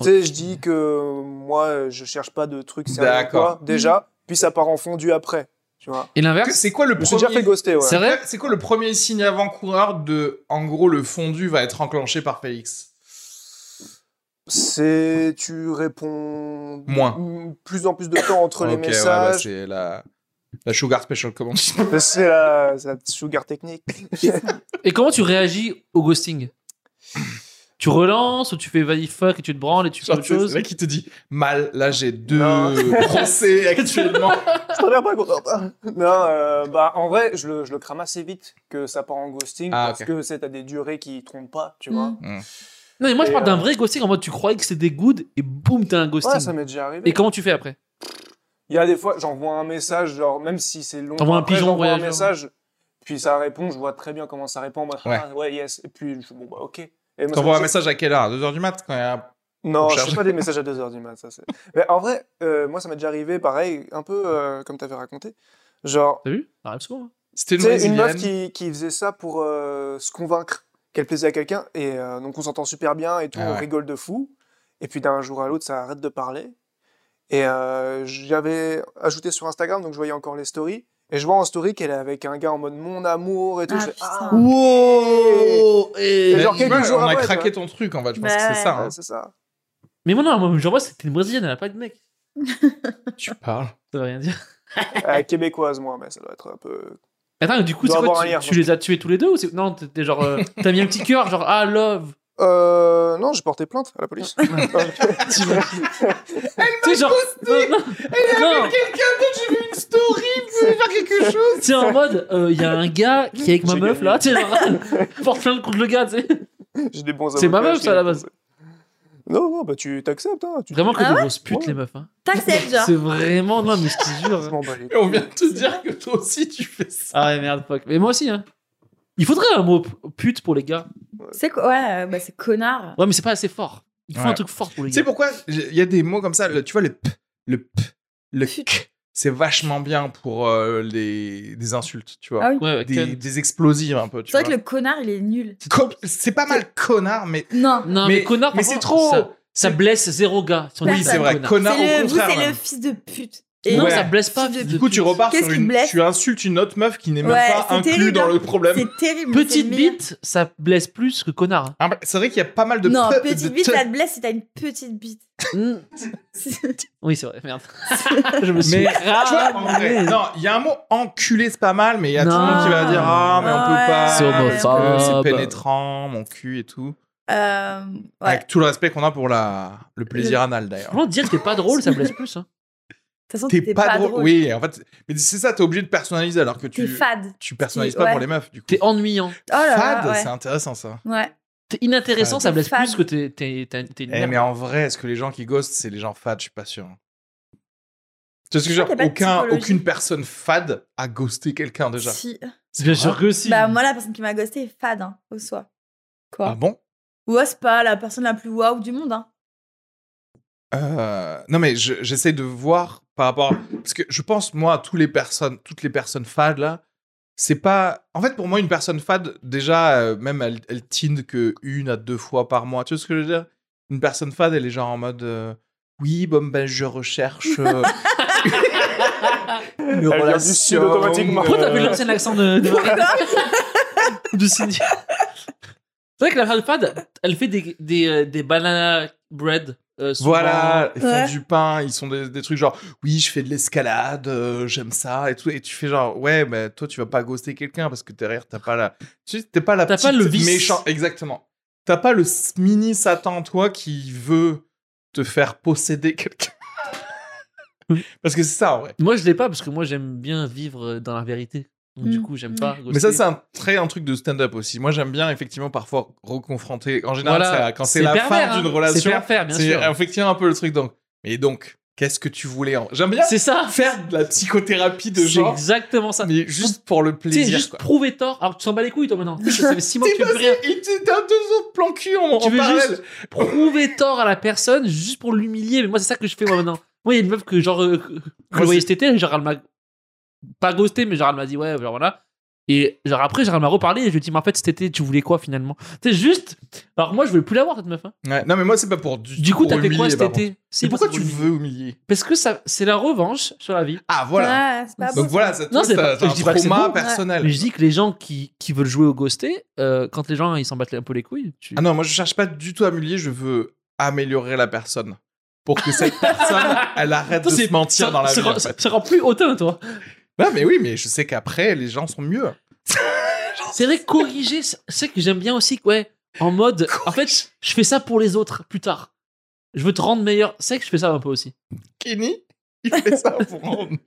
S4: Tu sais, je dis que euh, moi, euh, je cherche pas de trucs sérieux.
S1: D'accord.
S4: quoi, Déjà, puis ça part en fondu après. Tu vois.
S2: Et l'inverse
S1: C'est quoi le
S4: Je me suis déjà fait
S1: premier
S4: ghoster, ouais.
S2: C'est vrai
S1: C'est quoi le premier signe avant-coureur de, en gros, le fondu va être enclenché par Félix
S4: C'est. Tu réponds.
S1: Moins.
S4: Mm, Plus en plus de temps entre les
S1: Ok, ouais, bah,
S4: messages.
S1: c'est la, la sugar special, comment on dit
S4: c'est la, c'est la sugar technique.
S2: Et comment tu réagis au ghosting Tu relances ou tu fais vas-y fuck et tu te branles et tu fais
S1: Genre,
S2: autre
S1: c'est
S2: chose
S1: là qui te dit mal. Là, j'ai deux
S4: Non.
S1: procès actuellement.
S4: Je t'en ai pas content. Non, euh, bah en vrai, je le, je le crame assez vite que ça part en ghosting
S1: Ah,
S4: parce
S1: ok.
S4: que c'est à des durées qui trompent pas, tu vois.
S3: Mm.
S2: Non, mais moi je
S4: Et,
S2: parle d'un
S4: euh,
S2: vrai ghosting en mode tu croyais que c'était good et boum, t'as un
S4: Ouais,
S2: ghosting.
S4: ça m'est déjà arrivé.
S2: et comment tu fais après
S4: Il y a des fois, j'envoie un message, genre même si c'est long.
S2: T'envoies un
S4: après,
S2: pigeon
S4: j'envoie un
S2: voyageur.
S4: message, puis ça répond, je vois très bien comment ça répond. Moi,
S1: Ouais.
S4: ah, ouais, yes. Et puis je bon bah ok. Et moi, ça
S1: T'envoies un
S4: me-
S1: message à quelle heure 2h du mat quand il y a...
S4: Non,
S1: Pour
S4: je fais
S1: charger.
S4: pas des messages à 2h du mat. Ça, c'est- Mais en vrai, euh, moi, ça m'est déjà arrivé, pareil, un peu euh, comme t'avais raconté. Genre,
S2: T'as vu Ça arrive souvent. hein.
S1: C'était une
S4: tu sais, une meuf
S1: Brésilienne.
S4: qui, qui faisait ça pour euh, se convaincre qu'elle plaisait à quelqu'un. Et euh, donc, on s'entend super bien et tout,
S1: Ah
S4: on
S1: ouais.
S4: rigole de fou. Et puis, d'un jour à l'autre, ça arrête de parler. Et euh, j'avais ajouté sur Instagram, donc je voyais encore les stories. Et je vois en story qu'elle est avec un gars en mode mon amour et tout.
S3: Ah,
S4: je fais, ah,
S3: putain.
S2: Wow Et-
S4: Et genre,
S1: Bah,
S4: quelques
S1: ouais,
S4: jours
S1: on a
S4: après,
S1: craqué
S4: quoi.
S1: ton truc en fait, je pense
S3: Bah
S1: que c'est ça.
S4: ah, ouais,
S1: hein.
S4: c'est ça.
S2: Mais moi, non, moi, genre, moi, c'était une brésilienne, elle a pas de mec.
S1: Tu parles.
S2: Ça veut rien dire.
S4: Euh, québécoise, moi, mais ça doit être un peu.
S2: Attends, mais du coup,
S4: Doit
S2: c'est
S4: avoir
S2: quoi
S4: un
S2: tu,
S4: lien,
S2: tu
S4: donc.
S2: les as tués tous les deux ou c'est- Non, t'es- t'es genre. euh, T'as mis un petit cœur, genre, ah, love.
S4: Euh, non, j'ai porté plainte à la police.
S2: Tu vois. Tu sais, genre. Non, non, non,
S1: Quelqu'un d'autre, j'ai vu une story, vous pouvez faire quelque chose
S2: tu sais, en mode, il y a un gars qui est avec ma
S4: J'ai
S2: meuf
S4: gagné.
S2: là, tu sais, genre, porte plainte contre le gars, tu sais.
S4: j'ai des bons
S2: C'est ma
S4: avocats,
S2: meuf,
S4: j'ai
S2: ça, à
S4: des
S2: la
S4: bons-
S2: base.
S4: Non, non, bah tu t'acceptes, hein. Tu
S2: Vraiment que
S3: Ah
S2: des
S3: ouais
S2: grosses putes,
S4: Ouais.
S2: les meufs. Hein.
S3: T'acceptes, genre.
S2: C'est vraiment. Non, mais je te
S4: Je
S2: jure.
S4: m'en bats les
S1: Et on vient de te dire que toi aussi tu fais ça.
S2: Ah ouais, merde, fuck. Mais moi aussi, hein. Il faudrait un mot p- pute pour les gars.
S3: C'est quoi Ouais, euh, bah, c'est connard.
S2: Ouais, mais c'est pas assez fort. Il faut
S1: Ouais.
S2: un truc fort pour les
S1: Tu
S2: gars.
S1: sais pourquoi j'ai- Il y a des mots comme ça, le- tu vois, le p, le p, le k, c'est vachement bien pour euh, les, des insultes, tu vois.
S3: Ah oui.
S2: Ouais, ouais,
S1: Des,
S2: Ken.
S1: des explosives un peu, tu
S3: C'est vrai
S1: vois.
S3: que le connard, il est nul.
S1: Co- C'est pas mal connard, mais.
S3: Non.
S2: Non, mais, connard, par
S1: mais c'est
S2: contre,
S1: trop.
S2: Ça, ça
S1: c'est-
S2: blesse zéro gars. Si on
S3: Oui,
S2: dit
S1: c'est vrai,
S2: connard.
S1: connard
S3: C'est
S1: au
S3: le- vous,
S1: contraire.
S3: c'est le
S1: même.
S3: fils de pute.
S2: Non,
S1: Ouais.
S2: ça blesse pas.
S3: Du
S2: fils de
S1: Du coup, tu
S2: pute.
S1: repars
S3: Qu'est-ce
S1: sur
S3: qui te
S1: une.
S3: blesse
S1: Tu insultes une autre meuf qui n'est même
S3: Ouais,
S1: pas
S3: c'est
S1: inclue
S3: terrible,
S1: dans
S3: hein.
S1: le problème.
S3: C'est terrible.
S2: Petite
S3: c'est le meilleur.
S2: bite, ça blesse plus que hein. connard.
S1: Ah, bah, C'est vrai qu'il y a pas mal de.
S3: Non,
S1: pe- de
S3: petite bite,
S1: te-
S3: ça te blesse si t'as une petite bite.
S2: Mm. Oui, c'est vrai, merde. Je me suis
S1: Mais-
S2: grave
S1: Tu vois, en vrai,
S2: blessé.
S1: non, il y a un mot enculé, c'est pas mal, mais il y a tout le monde
S2: Non.
S1: qui va dire Ah, mais on peut
S3: Ouais.
S1: pas.
S2: C'est
S1: parce que
S2: homophobe.
S1: C'est pénétrant, mon cul et tout.
S3: Euh, ouais. De
S1: Avec tout le respect qu'on a pour la... le plaisir anal d'ailleurs.
S2: Franchement, dire que t'es pas drôle, ça blesse plus. Hein.
S3: toute façon,
S1: T'es pas, drôle. Oui, en fait, mais c'est ça, t'es obligé de personnaliser alors que
S3: T'es
S1: tu.
S3: fade.
S1: Tu personnalises
S3: Tu-
S1: pas
S3: ouais.
S1: pour les meufs, du coup.
S2: T'es ennuyant.
S3: Oh là
S1: Fade,
S3: là,
S1: c'est
S3: ouais.
S1: intéressant ça.
S3: ouais.
S2: T'es inintéressant,
S1: Fade.
S2: ça blesse
S3: Fade.
S2: plus que t'es, t'es, t'es, t'es une
S1: Eh,
S2: merde.
S1: mais en vrai, est-ce que les gens qui ghostent, c'est les gens fades Je suis pas sûr. Tu vois ce que je
S3: Je
S1: veux
S3: crois
S1: dire
S3: qu'il y a pas de
S1: Aucun,
S3: psychologie.
S1: Aucune personne fade a ghosté quelqu'un déjà.
S3: Si.
S2: Bien sûr que si.
S3: Bah, moi, la personne qui m'a ghosté est fade, hein, au soi.
S1: Ah
S3: Quoi
S1: bon
S3: Ouais, c'est pas la personne la plus waouh du monde, hein.
S1: Euh, Non, mais je- j'essaie de voir par rapport. à- Parce que je pense, moi, à toutes les personnes, toutes les personnes fades là, c'est pas. En fait, pour moi, une personne fade, déjà, euh, même elle, elle tinde que une à deux fois par mois. Tu vois ce que je veux dire Une personne fade, elle est genre en mode. euh, Oui, bon, ben, je recherche. euh, une
S4: vient du sud automatiquement.
S2: Pourquoi t'as vu
S1: euh,
S2: l'ancien accent de, de Marine De Cindy. C'est vrai que la femme fade, elle fait des, des, euh, des banana bread. euh, souvent.
S1: Voilà, ils font
S3: Ouais.
S1: du pain, ils sont des, des trucs genre oui, je fais de l'escalade, euh, j'aime ça et tout. Et tu fais genre ouais, mais toi tu vas pas ghoster quelqu'un parce que derrière t'as pas la, tu sais, t'es pas la
S2: T'as
S1: petite
S2: pas le vice.
S1: méchant, exactement. T'as pas le s- mini satan toi qui veut te faire posséder quelqu'un. parce que c'est ça en vrai.
S2: Moi, je l'ai pas parce que moi, j'aime bien vivre dans la vérité. Donc, du
S3: Mm.
S2: coup, j'aime pas.
S1: Hmm. Mais ça c'est un très un truc de stand-up aussi. Moi j'aime bien effectivement parfois reconfronter. En général c'est à- quand c'est la fin d'une
S2: C'est
S1: relation,
S2: pervers, bien
S1: c'est
S2: sûr.
S1: effectivement un peu le truc donc. Mais donc qu'est-ce que tu voulais en... J'aime bien
S2: C'est ça.
S1: faire de la psychothérapie de
S2: C'est
S1: genre,
S2: exactement ça.
S1: mais juste pour le
S2: Tu sais,
S1: plaisir.
S2: juste
S1: quoi.
S2: prouver tort. Alors, tu t'en bats les couilles, toi, maintenant. Ça fait 6 mois que
S1: T'es
S2: tu fais plus
S1: passé,
S2: rien.
S1: il t'est- t'as deux autres plans cul en,
S2: Tu
S1: en
S2: veux
S1: parallèle.
S2: juste prouver tort à la personne juste pour l'humilier. Mais moi, c'est ça que je fais moi maintenant. Moi, il y a une meuf que genre euh, que- que je
S1: Moi,
S2: voyais
S1: c'est-
S2: cet été, genre elle m'a pas ghosté, mais genre elle m'a dit ouais, genre voilà. Et genre après, genre elle m'a reparlé et je lui ai dit mais en fait cet été, tu voulais quoi finalement C'est juste. Alors moi, je voulais plus l'avoir cette meuf. hein.
S1: Ouais, non, mais moi, c'est pas pour du,
S2: Du coup,
S1: pour
S2: t'as fait
S1: humilier,
S2: quoi cet
S1: par contre.
S2: été Si,
S1: Mais
S2: moi,
S1: pourquoi
S2: c'est
S1: tu
S2: pour humilier.
S1: veux humilier
S2: Parce que ça, c'est la revanche sur la vie.
S1: Ah, voilà.
S3: Ouais, c'est pas
S1: Donc
S3: beau.
S1: voilà, ça,
S2: Non,
S1: toi,
S2: c'est
S1: t'as-
S2: pas-
S1: t'as
S2: je
S1: un
S2: dis pas que c'est
S1: trauma
S2: beau.
S1: personnel.
S2: Mais je dis que les gens qui, qui veulent jouer au ghosté, euh, quand les gens ils s'en battent un peu les couilles, tu...
S1: Ah non, moi, je cherche pas du tout à humilier, je veux améliorer la personne. Pour que cette personne, elle arrête de
S2: Toi,
S1: se mentir
S2: ça-
S1: dans la
S2: ça
S1: vie.
S2: rend-
S1: en fait.
S2: ça rend plus hautain, toi.
S1: Non, mais oui, mais je sais qu'après, les gens sont mieux.
S2: C'est vrai, corriger, c'est c'est que j'aime bien aussi, ouais. En mode, en fait, je fais ça pour les autres plus tard. Je veux te rendre meilleur. C'est vrai que je fais ça un peu aussi.
S1: Kenny, il fait ça pour rendre.
S2: Non,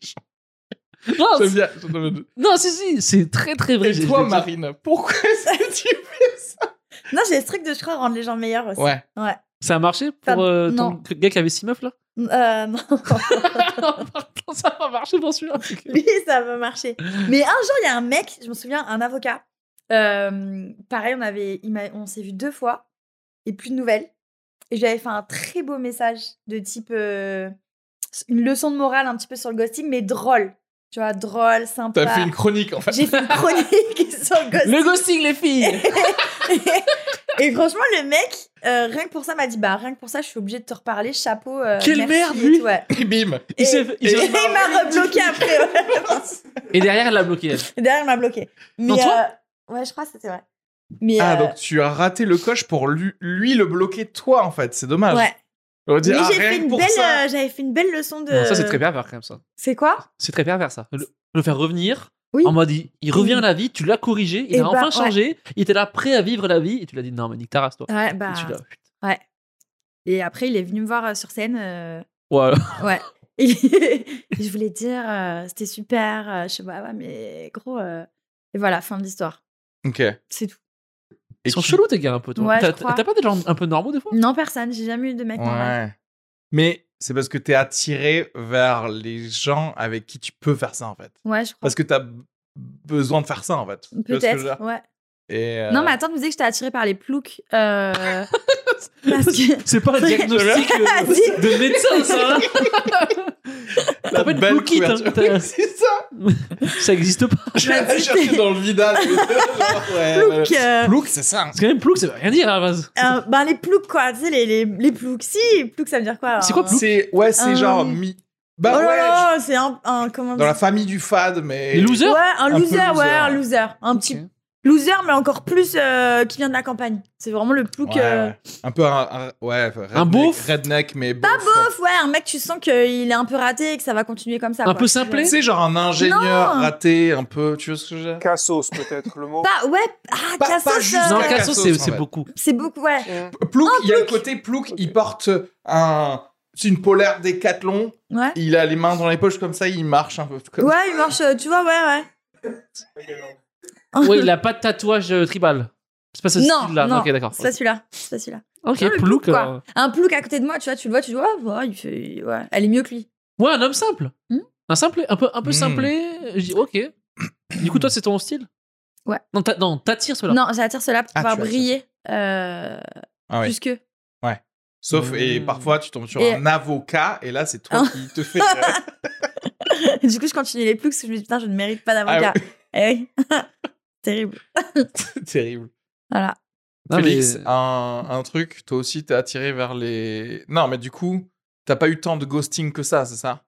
S1: J'aime
S2: Ah, c'est-
S1: bien, j'aime bien.
S2: non si, si, c'est très, très vrai.
S1: Et
S2: je- je
S1: toi,
S2: le dis.
S1: Marine, pourquoi est-ce que tu
S3: Non, j'ai ce truc de, je crois, rendre les gens meilleurs aussi.
S1: Ouais.
S2: Ça a marché pour
S3: Pardon,
S2: euh, ton
S3: non.
S2: gars qui avait six meufs, là
S3: Euh, non.
S2: Non, Ça a pas marché pour celui-là.
S3: Oui, ça va marcher. Mais un jour, il y a un mec, je me souviens, un avocat. Euh, pareil, on, avait, il m'a- on s'est vu deux fois et plus de nouvelles. Et j'avais fait un très beau message de type euh, une leçon de morale un petit peu sur le ghosting, mais drôle. Tu vois, drôle, sympa.
S1: T'as fait une chronique, en fait.
S3: J'ai fait une chronique sur le ghosting.
S2: Le ghosting, les filles
S3: et Et franchement, le mec, euh, rien que pour ça, m'a dit Bah, rien que pour ça, je suis obligée de te reparler, chapeau. euh,
S2: Quelle
S3: merci
S2: merde,
S3: et
S2: lui
S3: tout, ouais.
S1: Et bim
S2: Il
S3: Et-
S2: s'est- il
S3: Et
S2: s'est-
S3: il m'a rebloqué après. ouais.
S2: Et derrière, elle l'a bloqué. elle.
S3: Et Derrière, il m'a bloqué. Mais,
S2: Non, toi
S3: euh, Ouais, je crois que c'était vrai. Mais,
S1: Ah,
S3: euh,
S1: donc tu as raté le coche pour lui, lui le bloquer, toi, en fait. C'est dommage.
S3: ouais.
S1: On dit,
S3: Mais
S1: ah,
S3: j'ai
S1: rien
S3: fait
S1: que
S3: une
S1: pour
S3: belle,
S1: ça.
S3: euh, j'avais fait une belle leçon de.
S2: Non, ça, c'est très pervers quand même, ça.
S3: C'est quoi
S2: C'est très pervers, ça. Le, le faire revenir,
S3: Oui.
S2: en mode, il, il revient à la vie, tu l'as corrigé, il
S3: Eh
S2: a
S3: bah,
S2: enfin
S3: ouais.
S2: changé, il était là prêt à vivre la vie, et tu l'as dit, non, mais nique ta race, toi.
S1: Ah,
S3: Ouais, bah.
S2: Et tu l'as-
S3: Et après, il est venu me voir euh, sur scène. euh,
S2: Ouais.
S3: Ouais. Et je voulais dire, euh, c'était super. euh, je sais pas, ouais, mais gros. euh, Et voilà, fin de l'histoire.
S1: Ok. Et
S3: C'est tout.
S2: Ils sont
S1: tu-
S2: chelous, tes gars, un peu, toi.
S3: Ouais, je
S2: T'as-
S3: crois.
S2: T'as pas des gens un peu normaux, des fois
S3: Non, personne. J'ai jamais eu de mec normal.
S1: Ouais. Mais c'est parce que t'es attiré vers les gens avec qui tu peux faire ça, en fait.
S3: Ouais, je crois.
S1: Parce que t'as b- besoin de faire ça, en fait. Tu vois ce que je veux
S3: Peut-être.
S1: dire
S3: Ouais.
S1: Et, euh,
S3: Non, mais attends, tu me disais que j'étais attirée par les ploucs. euh, parce que.
S2: C'est pas un diagnostic euh,
S3: Vas-y.
S2: de médecin, ça.
S1: la
S2: T'as pas de
S1: hein. belle
S2: bouquet, t'as-
S1: couverture.
S2: t'as-
S1: Oui, C'est ça
S2: ça existe pas.
S1: J'ai cherché dans le vidal. Ouais, ouais.
S3: Ploucs, euh,
S1: Plouc, c'est ça.
S2: Parce que même plouc, ça veut rien dire hein, à la base.
S3: euh, ben, les ploucs, quoi. Tu sais, les, les, les ploucs. Si, plouc, ça veut dire quoi
S2: C'est quoi,
S3: un-
S2: plouc
S1: C'est ouais, c'est
S3: Euh,
S1: genre mi. Bah
S3: oh là
S1: ouais,
S3: là, c'est un, un- Comment
S1: je- dans la famille du fad, mais
S2: Les losers
S3: Ouais, un,
S1: peu
S3: loser,
S1: loser.
S3: ouais, un loser. Un petit
S2: Ok.
S3: loser, mais encore plus euh, qui vient de la campagne. C'est vraiment le plouc.
S1: Ouais,
S3: euh,
S1: ouais. un peu un, un- ouais, redneck,
S2: beauf
S1: redneck, mais
S3: Pas
S1: beauf.
S3: beauf, ouais, un mec, tu sens qu'il est un peu raté et que ça va continuer comme ça.
S2: Un
S3: quoi.
S2: peu simplé
S1: C'est genre un ingénieur
S3: Non.
S1: raté, un peu. Tu vois ce que je veux dire
S4: Cassos, peut-être, le mot.
S3: Pas, ouais, ah,
S1: Pas-
S3: Cassos,
S1: pas juste
S3: euh,
S2: Non,
S1: Ouais,
S2: Casso,
S1: Cassos,
S2: c'est
S1: en
S2: c'est
S1: fait.
S2: beaucoup.
S3: c'est beaucoup, ouais.
S4: Mm.
S1: Plouc, il y a le côté Plouc. Il porte un, c'est une polaire décathlon.
S3: Ouais,
S1: Il a les mains dans les poches comme ça, il marche un peu. Comme...
S3: ouais il marche, euh, tu vois, ouais, ouais.
S2: Ouais, il a pas de tatouage euh, tribal. C'est pas ce
S3: Non,
S2: style-là.
S3: non.
S2: Ok, d'accord.
S3: C'est pas celui-là. C'est pas celui-là.
S2: Ok, euh,
S3: Non, le
S2: plouc.
S3: plouc, quoi.
S2: alors.
S3: Un plouc à côté de moi, tu vois, tu le vois, tu le vois, ouais, il fait- ouais, elle est mieux que lui.
S2: Ouais, un homme simple.
S3: Hmm
S2: Un simplé, un peu, un peu
S1: Hmm.
S2: simplé. Je dis, ok. Du coup, toi, c'est ton style
S3: Ouais.
S2: Non, t'a- non, t'attires cela.
S3: Non, j'attire cela pour
S1: Ah,
S3: pouvoir
S1: tu attires.
S3: briller euh,
S1: Ah ouais.
S3: plus que.
S1: Sauf et
S2: Mmh.
S1: parfois tu tombes sur
S3: Et- Ah.
S1: un avocat et là c'est toi qui te fais. Ah
S3: du coup, je continue les ploucs parce que je me dis, putain, je ne mérite pas
S1: Ah
S3: d'avocat. Eh oui. Terrible.
S1: Terrible.
S3: Voilà.
S2: Non, mais-
S1: Félix, un, un truc, toi aussi t'es attiré vers les. Non, mais du coup, t'as pas eu tant de ghosting que ça, c'est ça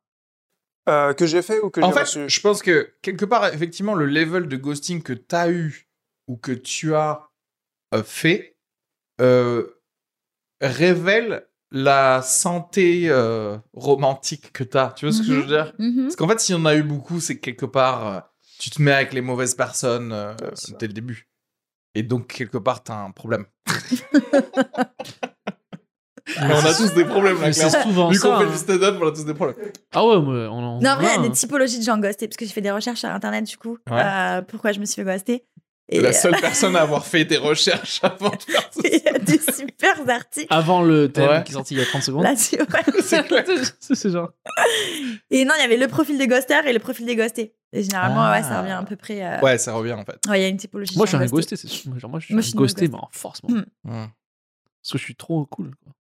S4: Euh, que j'ai fait ou que j'ai
S1: En fait,
S4: reçu
S1: je pense que quelque part, effectivement, le level de ghosting que t'as eu ou que tu as euh, fait euh, révèle la santé euh, romantique que t'as. Tu vois ce que je veux
S3: Mhm.
S1: dire
S3: Mhm.
S1: Parce qu'en fait, s'il y en a eu beaucoup, c'est que quelque part, euh, tu te mets avec les mauvaises personnes euh,
S4: Bien sûr.
S1: dès le début. Et donc, quelque part, t'as un problème. Mais on a tous des problèmes, là,
S2: mais c'est
S1: clairement.
S2: souvent
S1: Vu qu'on
S2: ça.
S1: fait
S2: hein.
S1: du stand-up, on a tous des problèmes.
S2: Ah ouais, mais on en. hein.
S3: Non, en vrai, il
S2: on
S3: y
S2: en-
S3: a des typologies de gens ghostés, parce que j'ai fait des recherches sur Internet, du coup,
S1: Ouais.
S3: euh, pourquoi je me suis fait ghoster. Et euh,
S1: la seule personne à avoir fait des recherches avant de faire ça.
S3: il y a des super articles
S2: Avant le thème
S1: Ouais.
S2: qui est sorti il y a 30 secondes.
S3: là-dessus. ouais.
S1: C'est clair.
S2: Ah C'est- c'est genre.
S3: Et non, il y avait le profil des ghosters et le profil des ghostés. Et généralement,
S1: Ah.
S3: ouais, ça revient à peu près. euh, Ouais,
S1: Ouais, ça revient en fait.
S3: il y a une typologie. de
S2: Moi, je suis
S3: gens
S2: un
S3: ghostés.
S2: ghosté. c'est sûr. Moi, genre, moi, je suis
S3: Moi,
S2: un
S3: je suis une
S2: ghosté,
S3: ghostée.
S2: mais en force, moi.
S3: Hmm.
S1: Hmm.
S2: Parce que je suis trop cool. quoi.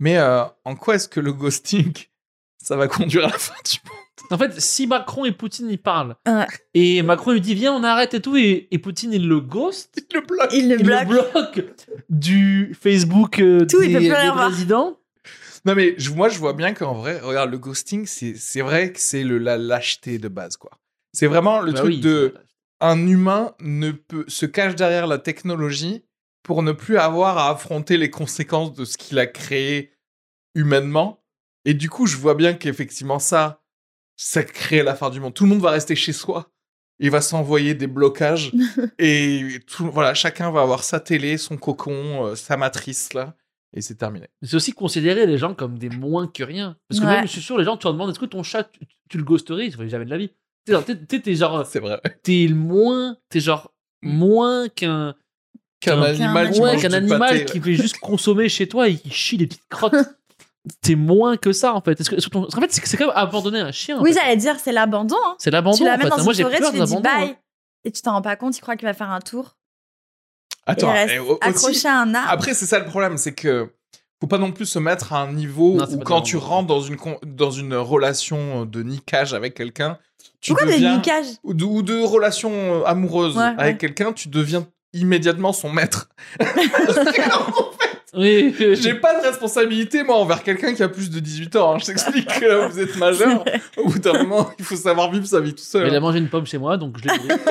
S1: Mais euh, en quoi est-ce que le ghosting, ça va conduire à la fin du monde
S2: En fait, si Macron et Poutine ils parlent,
S3: Ouais.
S2: et Macron il dit viens, on arrête et tout, et, et Poutine il le ghost,
S1: Il le bloque.
S3: Il le
S2: il
S3: bloque.
S2: le bloque du Facebook euh,
S3: Tout,
S2: des,
S3: il peut plus rien
S2: des
S3: voir.
S2: présidents.
S1: Non mais je- moi je vois bien qu'en vrai, regarde le ghosting, c'est c'est vrai que c'est le la lâcheté de base quoi. C'est vraiment le
S2: Bah
S1: truc
S2: oui,
S1: de un humain ne peut se cache derrière la technologie pour ne plus avoir à affronter les conséquences de ce qu'il a créé humainement. Et du coup, je vois bien qu'effectivement ça ça crée la fin du monde. Tout le monde va rester chez soi. Il va s'envoyer des blocages et tout, voilà, chacun va avoir sa télé, son cocon, euh, sa matrice là, et c'est terminé.
S2: Mais C'est aussi considérer les gens comme des moins que rien. Parce que
S3: Ouais.
S2: même, je suis sûr, les gens, tu leur demandes est-ce que ton chat, tu, tu le ghosterais Ils ne jamais de la vie. T'es genre- T'es t'es- t'es genre, euh,
S1: C'est vrai.
S2: t'es le moins, t'es genre moins qu'un
S1: Mmh. qu'un
S2: Qu'un-
S1: animal, qui
S3: Ouais,
S2: ouais,
S1: mange
S2: qu'un
S1: du
S2: animal
S1: pâté,
S2: qui fait juste consommer chez toi et qui chie des petites crottes. T'es moins que ça en fait. Est-ce que, est-ce que ton- parce qu'en fait, c'est c'est quand même abandonner un chien. en
S3: Oui,
S2: fait.
S3: j'allais dire, c'est l'abandon. hein.
S2: C'est l'abandon.
S3: Tu
S2: en
S3: l'amènes
S2: fait.
S3: dans
S2: Moi,
S3: une
S2: j'ai
S3: forêt,
S2: peur
S3: tu
S2: de
S3: lui dis
S2: l'abandon.
S3: bye.
S2: hein.
S3: Et tu t'en rends pas compte, il croit qu'il va faire un tour.
S1: Attends,
S3: il reste
S1: et au- aussi- Ah, bah,
S3: accroché à un arbre.
S1: après c'est ça le problème, c'est que faut pas non plus se mettre à un niveau
S2: Non, c'est
S1: où
S2: pas
S1: quand
S2: des
S1: tu
S2: rendez-vous.
S1: rentres dans une, con- dans une relation euh, de niquage avec quelqu'un, tu
S3: Pourquoi des
S1: deviens...
S3: niquages
S1: ou de, ou de relation euh, amoureuse
S3: Ouais,
S1: avec
S3: ouais.
S1: quelqu'un, tu deviens immédiatement son maître.
S2: Oui, oui,
S1: J'ai
S2: oui.
S1: pas de responsabilité, moi, envers quelqu'un qui a plus de 18 ans. hein. Je t'explique que là, vous êtes majeur. Au bout d'un moment, il faut savoir vivre sa vie tout
S2: Mais
S1: seul. hein.
S2: il a mangé une pomme chez moi, donc je l'ai nourri.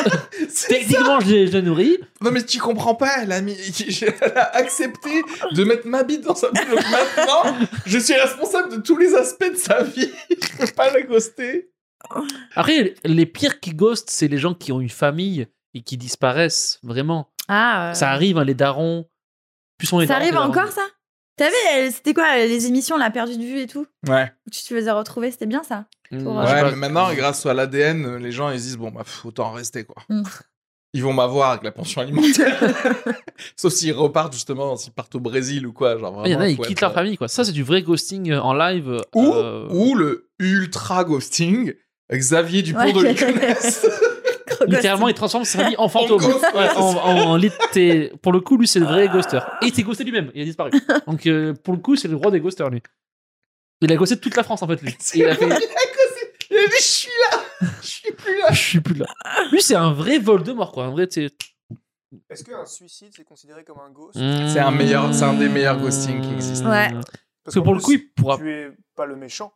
S2: Euh,
S1: C'est-
S2: Techniquement, je l'ai- je l'ai nourri.
S1: Non, mais tu comprends pas, elle a, mis- elle a accepté de mettre ma bite dans sa bouche. Donc maintenant, je suis responsable de tous les aspects de sa vie. Je peux pas la ghoster.
S2: Après, les pires qui ghostent, c'est les gens qui ont une famille et qui disparaissent, vraiment.
S3: Ah, euh,
S2: Ça arrive, hein, les darons. Plus on est
S3: ça
S2: darons,
S3: arrive
S2: les darons.
S3: encore, ça T'avais, euh, c'était quoi euh, les émissions, la perdue de vue et tout
S1: Ouais.
S3: Tu te faisais retrouver, c'était bien ça
S2: Mmh,
S3: Pour,
S2: je
S3: euh,
S2: sais
S1: Ouais,
S2: pas.
S1: mais maintenant, grâce à l'ADN, les gens, ils disent, bon, bah, pff, autant en rester, quoi.
S3: Mm.
S1: Ils vont m'avoir avec la pension alimentaire. Sauf s'ils repartent, justement, s'ils partent au Brésil ou quoi. Genre, vraiment,
S2: Ah, Il y en a, ils
S1: faut
S2: quittent
S1: être- euh,
S2: leur famille, quoi. Ça, c'est du vrai ghosting euh, en live. euh,
S1: Ou,
S2: euh,
S1: ou le ultra ghosting, Xavier Dupont
S3: Ouais.
S1: de Ligonnès.
S2: Littéralement, il transforme sa famille en fantôme.
S1: ghost, Ah. ouais,
S2: Ouais, en, en lit- t'es- pour le coup, lui, c'est le vrai ghoster. Et il s'est ghosté lui-même, il a disparu. Donc, euh, pour le coup, c'est le roi des ghosters, lui. Il a ghosté toute la France, en fait, lui. Il a fait,
S1: Il a dit, je suis là, je suis plus là.
S2: je suis plus là. Lui, c'est un vrai vol de mort, quoi. Un vrai, tu sais,
S4: Est-ce qu'un suicide, c'est considéré comme un ghost
S1: C'est un meilleur- c'est un des meilleurs ghostings qui existent.
S3: Ouais.
S2: Parce que pour le coup, il pourra.
S4: Tu es pas le méchant,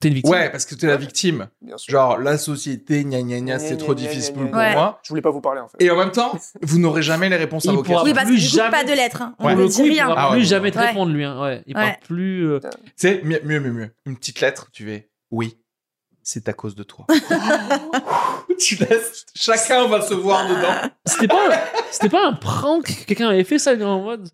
S2: T'es une victime.
S1: Ouais, parce que t'es la victime.
S4: bien sûr.
S1: Genre, la société, gna gna gna, c'est
S4: Gna,
S1: trop
S4: gna, gna,
S1: difficile
S4: gna,
S1: pour
S4: gna,
S3: gna.
S1: moi.
S4: Je voulais pas vous parler, en fait.
S1: Et en même temps, vous n'aurez jamais les réponses à
S2: Il
S1: vos questions.
S2: pourra-
S3: Oui, parce
S2: plus
S3: qu'il ne
S2: jamais-
S3: pas de lettres. hein. On
S1: Ouais.
S2: Pour
S3: ne
S2: le
S3: dit
S2: coup, il
S3: rien.
S2: pourra
S1: Ah ouais.
S2: plus jamais te
S3: Ouais.
S2: répondre, lui. hein. Ouais, il pourra
S3: Ouais.
S2: plus. euh,
S1: Tu sais, mieux, mieux, mieux, mieux. Une petite lettre, tu fais oui, c'est à cause de toi. tu laisses, chacun va se voir dedans.
S2: C'était pas, un- c'était pas un prank que quelqu'un avait fait ça il est en mode.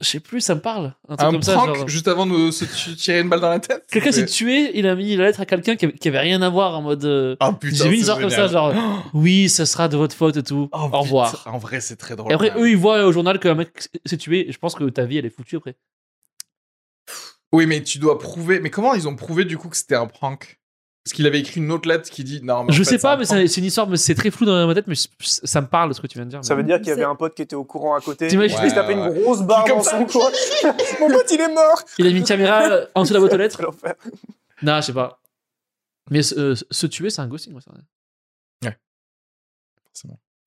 S2: Je sais plus, ça me parle. Un truc
S1: Un
S2: comme ça.
S1: prank
S2: genre.
S1: juste avant de se tu- tirer une balle dans la tête.
S2: Quelqu'un s'est
S1: c'est
S2: tué, il a mis la lettre à quelqu'un qui, avait- qui avait rien à voir en mode. euh,
S1: Ah putain,
S2: J'ai vu une
S1: c'est
S2: histoire comme ça,
S1: génial.
S2: genre. Oui, ça sera de votre faute et tout.
S1: Oh,
S2: Au
S1: putain,
S2: revoir.
S1: En vrai, c'est très drôle.
S2: Et après,
S1: quand même.
S2: eux, ils voient au journal qu'un mec s'est tué. Je pense que ta vie, elle est foutue après.
S1: Oui, mais tu dois prouver. Mais comment ils ont prouvé du coup que c'était un prank Parce qu'il avait écrit une autre lettre qui dit non. mais en
S2: je
S1: fait,
S2: sais pas,
S1: un
S2: mais
S1: prank.
S2: c'est c'est une histoire, mais c'est très flou dans ma tête, mais je- ça me parle ce que tu viens de dire.
S4: Ça
S2: mais-
S4: veut dire qu'il y avait
S3: C'est-
S4: un pote qui était au courant à côté.
S2: T'imagines-
S4: Il se tapait
S1: Ouais,
S4: une grosse barre
S1: Qui comme
S4: dans
S1: ça.
S4: son coin. Mon pote, il est mort.
S2: Il a mis une caméra en dessous de la boîte aux lettres.
S4: C'est l'enfer.
S2: Non, je sais pas. Mais se- euh, se tuer, c'est un ghosting, moi, ça.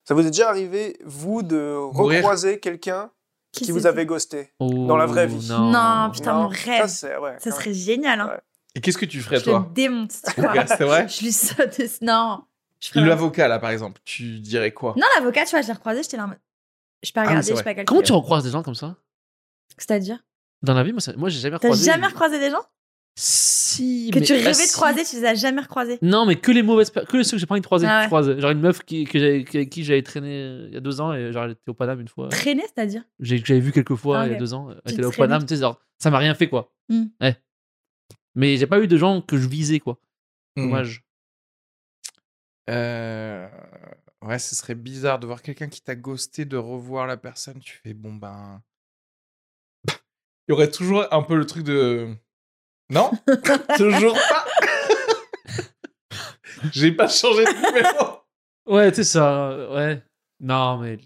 S4: Ça vous est déjà arrivé, vous, de
S1: Mourir.
S4: recroiser quelqu'un qui vous
S3: c'est-
S4: avait ghosté
S2: Oh,
S4: Dans la vraie vie.
S2: Non,
S3: Non, putain,
S4: Non,
S3: mon
S4: Ça,
S3: rêve.
S4: c'est- ouais,
S3: Ça
S4: quand
S3: serait génial. hein.
S4: Ouais.
S1: Et qu'est-ce que tu ferais
S3: Je
S1: toi
S3: le démonte. cette histoire.
S1: Lucas, C'est vrai
S3: Je lui saute. des- Non. Je ferais-
S1: L'avocat là, par exemple, tu dirais quoi
S3: Non, l'avocat, tu vois, je l'ai recroisé, j'étais là en mode. Je
S2: Ah
S3: peux
S1: oui,
S3: regarder,
S1: c'est
S3: je peux pas calculer.
S2: Comment tu recroises des gens comme ça
S3: C'est-à-dire
S2: Dans la vie, moi, ça- moi j'ai jamais
S3: T'as
S2: recroisé.
S3: jamais recroisé des gens
S2: Si.
S3: Que
S2: mais-
S3: tu
S2: ah,
S3: rêvais de
S2: si.
S3: croiser, tu les as jamais recroisés.
S2: Non, mais que les mauvaises. per- Que ceux que j'ai pas envie de croiser.
S3: Ah
S2: que je
S3: ouais.
S2: croise. Genre une meuf qui, que j'avais- que- avec qui j'avais traîné euh, il y a deux ans et genre elle était au Paname une fois.
S3: Traîner, c'est-à-dire
S2: J'ai- que j'avais vu quelques fois
S3: Ah,
S2: il y a
S3: ok.
S2: deux ans. Elle
S3: Petite
S2: était là au
S3: traînée.
S2: Paname, tu sais, genre ça m'a rien fait quoi.
S3: Hmm.
S2: Ouais. Mais j'ai pas eu de gens que je visais quoi.
S1: Hmm.
S2: Dommage.
S1: Euh, Ouais, ce serait bizarre de voir quelqu'un qui t'a ghosté, de revoir la personne. Tu fais bon ben. Il y aurait toujours un peu le truc de. Non Toujours pas J'ai pas changé de numéro
S2: Ouais, tu sais, ça. euh, Ouais. Non, mais.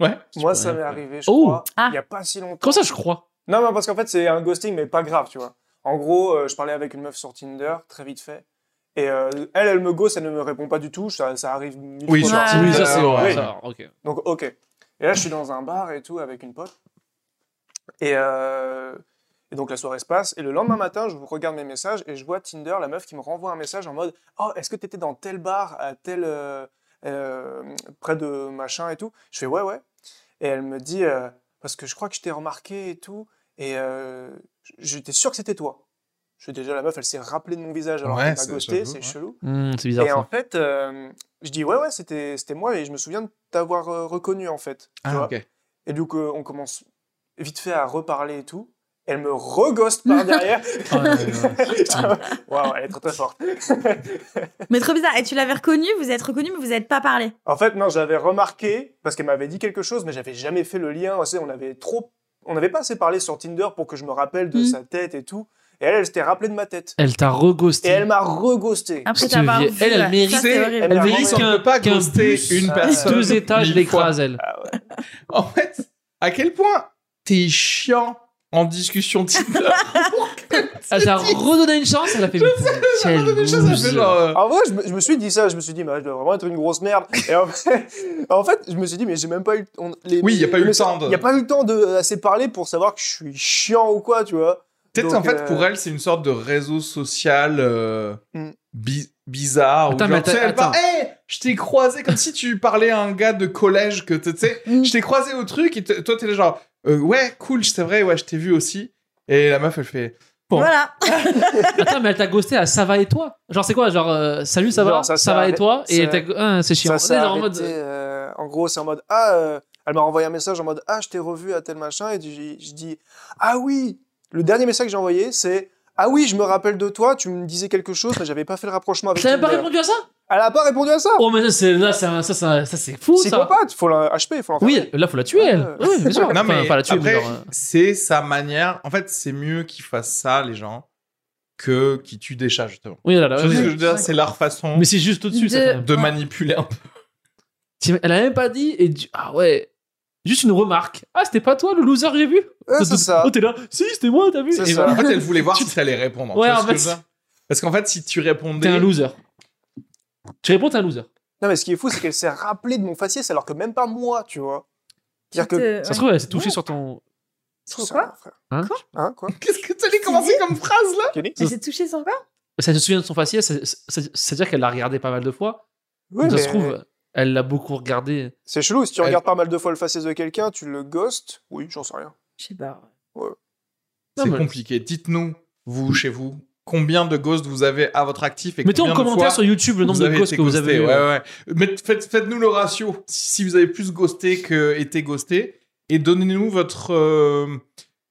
S1: Ouais.
S4: même. Moi,
S2: Je
S4: ça
S2: pourrais-
S4: m'est arrivé, je
S2: Oh.
S4: crois,
S3: Ah.
S4: il y a pas si longtemps.
S2: Comment ça, je crois
S4: Non, non, parce qu'en fait, c'est un ghosting, mais pas grave, tu vois. En gros, euh, je parlais avec une meuf sur Tinder, très vite fait. Et euh, elle, elle me ghost, elle ne me répond pas du tout. Ça, ça arrive mille
S1: Oui,
S4: fois
S1: sur
S4: par
S3: Tinder,
S2: Oui,
S4: semaine.
S2: ça, c'est.
S1: ouais.
S2: vrai.
S4: Oui.
S2: ça, ok.
S4: Donc, ok. Et là, je suis dans un bar et tout avec une pote. Et, euh, et donc, la soirée se passe. Et le lendemain matin, je regarde mes messages et je vois Tinder, la meuf qui me renvoie un message en mode Oh, est-ce que t'étais dans tel bar, à tel. euh, euh, près de machin et tout Je fais Ouais, ouais. Et elle me dit euh, Parce que je crois que je t'ai remarqué et tout. Et euh, j'étais sûr que c'était toi. Je suis déjà la meuf, elle s'est rappelée de mon visage alors
S1: Ouais,
S4: qu'elle m'a
S1: c'est
S4: ghosté,
S1: chelou,
S4: c'est
S1: ouais.
S4: chelou.
S2: Hmm, c'est bizarre
S4: Et en
S2: ça.
S4: fait, euh, je dis ouais, ouais, c'était c'était moi et je me souviens de t'avoir euh, reconnu en fait. tu
S1: Ah,
S4: vois.
S1: ok.
S4: Et donc, euh, on commence vite fait à reparler et tout. Elle me reghoste par derrière.
S2: Ah, ouais, ouais, ouais.
S4: Waouh, elle est très très forte.
S3: Mais trop bizarre. Et tu l'avais reconnu, vous êtes reconnu, mais vous n'êtes pas parlé.
S4: En fait, non, j'avais remarqué parce qu'elle m'avait dit quelque chose, mais j'avais jamais fait le lien. Tu sais, on avait trop, on n'avait pas assez parlé sur Tinder pour que je me rappelle de
S3: Mm.
S4: sa tête et tout. Et elle, elle s'était rappelée de ma tête.
S2: Elle t'a
S4: Et
S2: reghosté.
S4: elle m'a reghosté.
S3: Après
S2: Cette
S3: t'avoir
S2: vieille-
S3: vu.
S2: elle, elle
S3: ouais.
S2: mérite-
S3: Ça, c'est
S1: Elle
S3: horrible.
S4: mérite-
S1: Mais
S4: vraiment,
S1: si
S4: ouais.
S1: on peut pas
S2: qu'un
S1: ghoster
S2: bus,
S1: une
S4: euh,
S1: personne.
S2: Deux étages,
S1: mille
S2: elle
S1: fois.
S2: écrase, elle.
S1: En fait, à quel point t'es chiant en discussion Tinder.
S2: Elle t'a redonné Ah, une chance, elle a fait. putain, quelle
S1: Des choses, ça fait
S2: loose.
S1: genre, euh,
S4: En vrai, je me, je me suis dit ça, je me suis dit, bah, je dois vraiment être une grosse merde. Et en fait, en fait, je me suis dit, mais j'ai même pas eu le temps. les-
S1: Oui, il n'y a pas eu le temps.
S4: Il
S1: De...
S4: n'y a pas eu le temps de euh, assez parler pour savoir que je suis chiant ou quoi, tu vois.
S1: Peut-être
S4: Donc,
S1: en fait,
S4: euh,
S1: pour elle, c'est une sorte de réseau social euh,
S4: Mm.
S1: bi- bizarre.
S2: Attends,
S1: où genre,
S2: mais
S1: tu sais, elle
S2: attends.
S1: parle, Hey, je t'ai croisé comme si tu parlais à un gars de collège que tu tu sais,
S3: Mm.
S1: je t'ai croisé au truc et t- toi t'es là genre Euh, ouais cool c'est vrai ouais je t'ai vu aussi et la meuf elle fait Bon.
S3: Voilà.
S2: Attends, mais elle t'a ghosté à ça va et toi Genre, c'est quoi Genre, euh, salut, ça va
S4: Genre, ça
S2: Ça
S4: s'est
S2: va et
S4: arrêté-
S2: toi Et
S4: ça-
S2: t'as. Ah, c'est chiant.
S4: Ça,
S2: On est
S4: ça a
S2: genre en mode-
S4: arrêté, euh, en gros, c'est en mode, ah, euh, elle m'a renvoyé un message en mode, ah, je t'ai revu à tel machin. Et je, je dis, ah oui Le dernier message que j'ai envoyé, c'est, ah oui, je me rappelle de toi, tu me disais quelque chose, mais j'avais pas fait le rapprochement avec
S2: T'as même euh, pas
S4: Tinder.
S2: répondu à ça
S4: Elle a pas répondu à ça
S2: Oh, mais ça, c'est- là, c'est un- ça, ça, ça, c'est fou, ça.
S4: Psychopathe, faut la HP, faut l'en faire.
S2: Oui, là, faut la tuer, elle.
S4: Ouais.
S2: Oui, bien sûr.
S1: Non,
S2: Enfin,
S1: mais
S2: pas la tuer, mais
S1: après-
S2: genre, euh,
S1: c'est sa manière en fait c'est mieux qu'ils fassent ça les gens que qu'ils tuent des chats justement
S2: Oui, là, là.
S1: Tu vois ce
S2: oui.
S1: que je veux dire, c'est leur façon
S2: Ah Mais c'est juste au-dessus, ça,
S3: De-
S2: quand même.
S1: de
S3: Ouais.
S1: manipuler un peu
S2: T'im- Elle a même pas dit et du- ah ouais. Juste une remarque. Ah, c'était pas toi le loser que j'ai vu
S4: Ouais, c'est ça.
S2: Oh, t'es là. Si, c'était moi, t'as vu
S4: C'est
S2: Et
S4: ça.
S2: voilà.
S1: en fait elle voulait voir
S2: Tu-
S1: si t'allais répondre tu
S2: Ouais,
S1: vois
S2: en
S1: ce que
S2: fait,
S1: je veux dire parce qu'en fait si tu répondais
S2: T'es un loser. Tu réponds, t'es un loser.
S4: Non, mais ce qui est fou, c'est qu'elle s'est rappelée de mon faciès alors que même pas moi, tu vois. C'est-à-dire que.
S3: Te-
S2: Ça
S3: ouais.
S2: se trouve, elle s'est touchée
S4: Ouais.
S2: sur ton.
S3: Sur quoi
S4: frère.
S2: Hein
S4: Hein, quoi
S1: qu'est-ce que t'allais commencer comme phrase là
S4: Kelly
S3: Elle s'est touchée sans quoi
S2: Ça se souvient de son faciès, c'est- c'est- c'est-à-dire qu'elle l'a regardé pas mal de fois.
S4: Ouais,
S2: ça se
S4: mais
S2: trouve, elle l'a beaucoup regardé.
S4: C'est chelou, si tu
S1: Elle-
S4: regardes pas mal de fois le faciès de quelqu'un, tu le ghostes. Oui, j'en sais rien.
S3: Je sais pas.
S2: Non,
S1: c'est
S2: mais-
S1: compliqué dites-nous vous chez vous combien de ghosts vous avez à votre actif et
S2: Mettez en
S1: combien de
S2: commentaire
S1: fois
S2: sur YouTube le nombre
S1: vous
S2: de
S1: avez
S2: gosses
S1: été
S2: que vous avez hein.
S1: ghosté,
S2: eu. euh.
S1: ouais, ouais. Mais faites, nous le ratio. Si vous avez plus ghosté que été ghosté, et donnez-nous votre euh,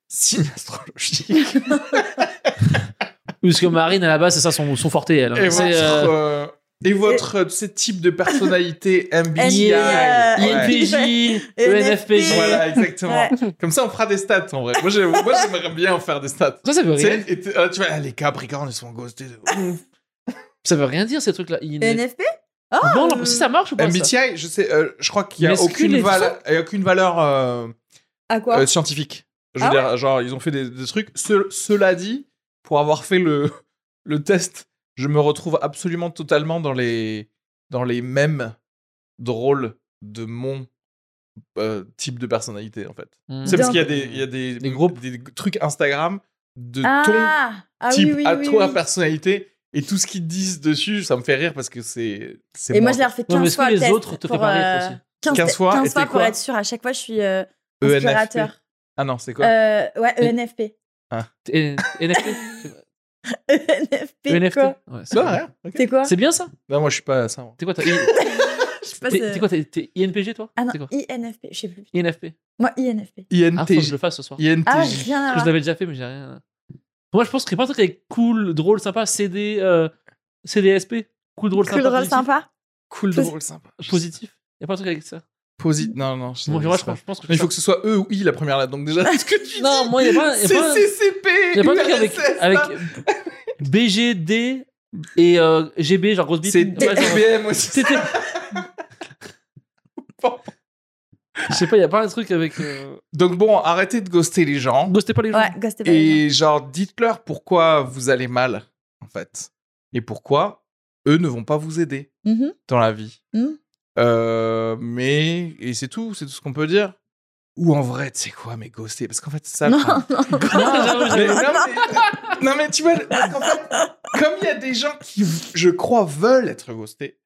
S1: signe astrologique et
S2: Parce que Marine, à la base, c'est ça son, son forté, elle.
S1: votre,
S2: C'est, euh,
S1: euh, et votre euh, ce type de personnalité MBTI.
S2: euh,
S1: Ouais.
S3: NBI.
S2: INPJ, ENFPJ.
S1: Voilà, exactement.
S3: Ouais.
S1: Comme ça, on fera des stats en vrai. Moi, j'ai- moi, j'aimerais bien en faire des stats.
S2: Ça, ça veut
S1: Tu
S2: rien,
S1: sais, et t- ah, tu vois, ah, les Capricornes, ils sont ghostés. Ouf. Euh,
S2: ça veut rien dire, ces trucs-là. INF.
S3: ENFP Oh,
S2: Non, non,
S3: euh,
S2: mais si ça marche ou pas ça
S1: MBTI, je sais, euh, je crois qu'il n'y
S2: Mais
S1: a
S2: est-ce qu'il
S1: aucune,
S2: est
S1: vale- il y a aucune valeur. euh,
S3: À quoi
S1: euh, scientifique. Je veux
S3: Ah
S1: dire, genre, ils ont fait des, des trucs. Ce- cela dit, pour avoir fait le, le test, je me retrouve absolument totalement dans les, dans les mêmes drôles de mon euh, type de personnalité, en fait.
S2: Hmm.
S1: C'est parce qu'il y a
S3: D'un-
S1: des, il y a des,
S2: Des groupes.
S1: des trucs Instagram de ton
S3: Ah, ah oui,
S1: type
S3: oui,
S1: à
S3: oui,
S1: toi,
S3: oui.
S1: personnalité. Et tout ce qu'ils disent dessus, ça me fait rire parce que c'est. c'est
S3: Et moi, je l'ai refait
S2: Ouais, mais
S3: 15
S2: est-ce
S3: fois.
S2: que les
S3: le test
S2: autres te
S3: pour,
S2: font pas rire
S3: euh,
S2: aussi
S3: 15,
S1: 15 fois, et t'es
S3: pour
S1: quoi
S3: être sûr. À chaque fois, je suis euh,
S1: ENFP.
S3: inspirateur.
S1: Ah non, c'est quoi
S3: Euh, ouais, ENFP.
S2: Et- NFT
S3: E ENFP.
S2: ENFT
S3: quoi.
S2: Ouais, c'est
S1: Ça,
S2: vrai.
S1: rien. hein? Ok.
S3: C'est quoi
S2: C'est bien ça
S1: Non, moi, je suis pas ça. moi.
S2: T'es quoi t'as-
S3: Je sais pas,
S2: T'es
S3: c'est-
S2: t'es quoi T'es t'es INPG toi
S3: Ah non,
S2: T'es quoi
S3: INFP. Je sais plus.
S2: INFP.
S3: Moi, INFP.
S2: Ah, faut que je
S1: INTJ.
S2: le fasse ce soir.
S3: Ah,
S1: INTJ.
S3: j'ai rien à
S2: Je
S3: voir.
S2: l'avais déjà fait, mais j'ai rien. Moi, je pense qu'il n'y a pas un truc avec cool, drôle, sympa, CD, euh, CDSP. Cool, drôle,
S3: Cool,
S2: sympa.
S3: drôle,
S2: positif.
S3: sympa.
S1: Cool,
S3: Posi-
S1: drôle, sympa.
S2: Positif. Il n'y a pas un truc avec ça.
S3: Mm.
S1: Posit. Non, non. Je
S2: Moi, moi, je,
S1: sais pas.
S2: pense- je pense que.
S1: Mais il faut que ce soit E ou I la première lettre. Donc déjà, ce que tu
S2: Non, moi, il n'y a pas.
S1: dis,
S2: y a
S1: c'est
S2: pas un-
S1: CCP.
S2: y a pas un truc avec,
S1: URSS,
S2: avec
S1: hein.
S2: BGD et euh, GB, genre grosse bite.
S1: C'est
S2: Ouais, genre-
S1: TBM aussi.
S2: C'était.
S1: Bon.
S2: Je sais pas, il n'y a pas un truc avec. Euh...
S1: Donc bon, arrêtez de ghoster les gens.
S2: Ghostez pas les gens.
S3: Ouais, Ghost Ever.
S1: Et genre, dites-leur pourquoi vous allez mal, en fait. Et pourquoi eux ne vont pas vous aider
S3: Mhm.
S1: dans la vie.
S3: Mhm.
S1: Euh, mais... Et c'est tout. C'est tout ce qu'on peut dire. Ou en vrai, tu sais quoi, mais ghoster. Parce qu'en fait, c'est ça le
S3: Non,
S1: problème.
S3: non.
S2: Non,
S1: Mais
S2: j'avoue,
S1: non, mais, non, mais tu vois, parce qu'en fait, comme il y a des gens qui, je crois, veulent être ghostés,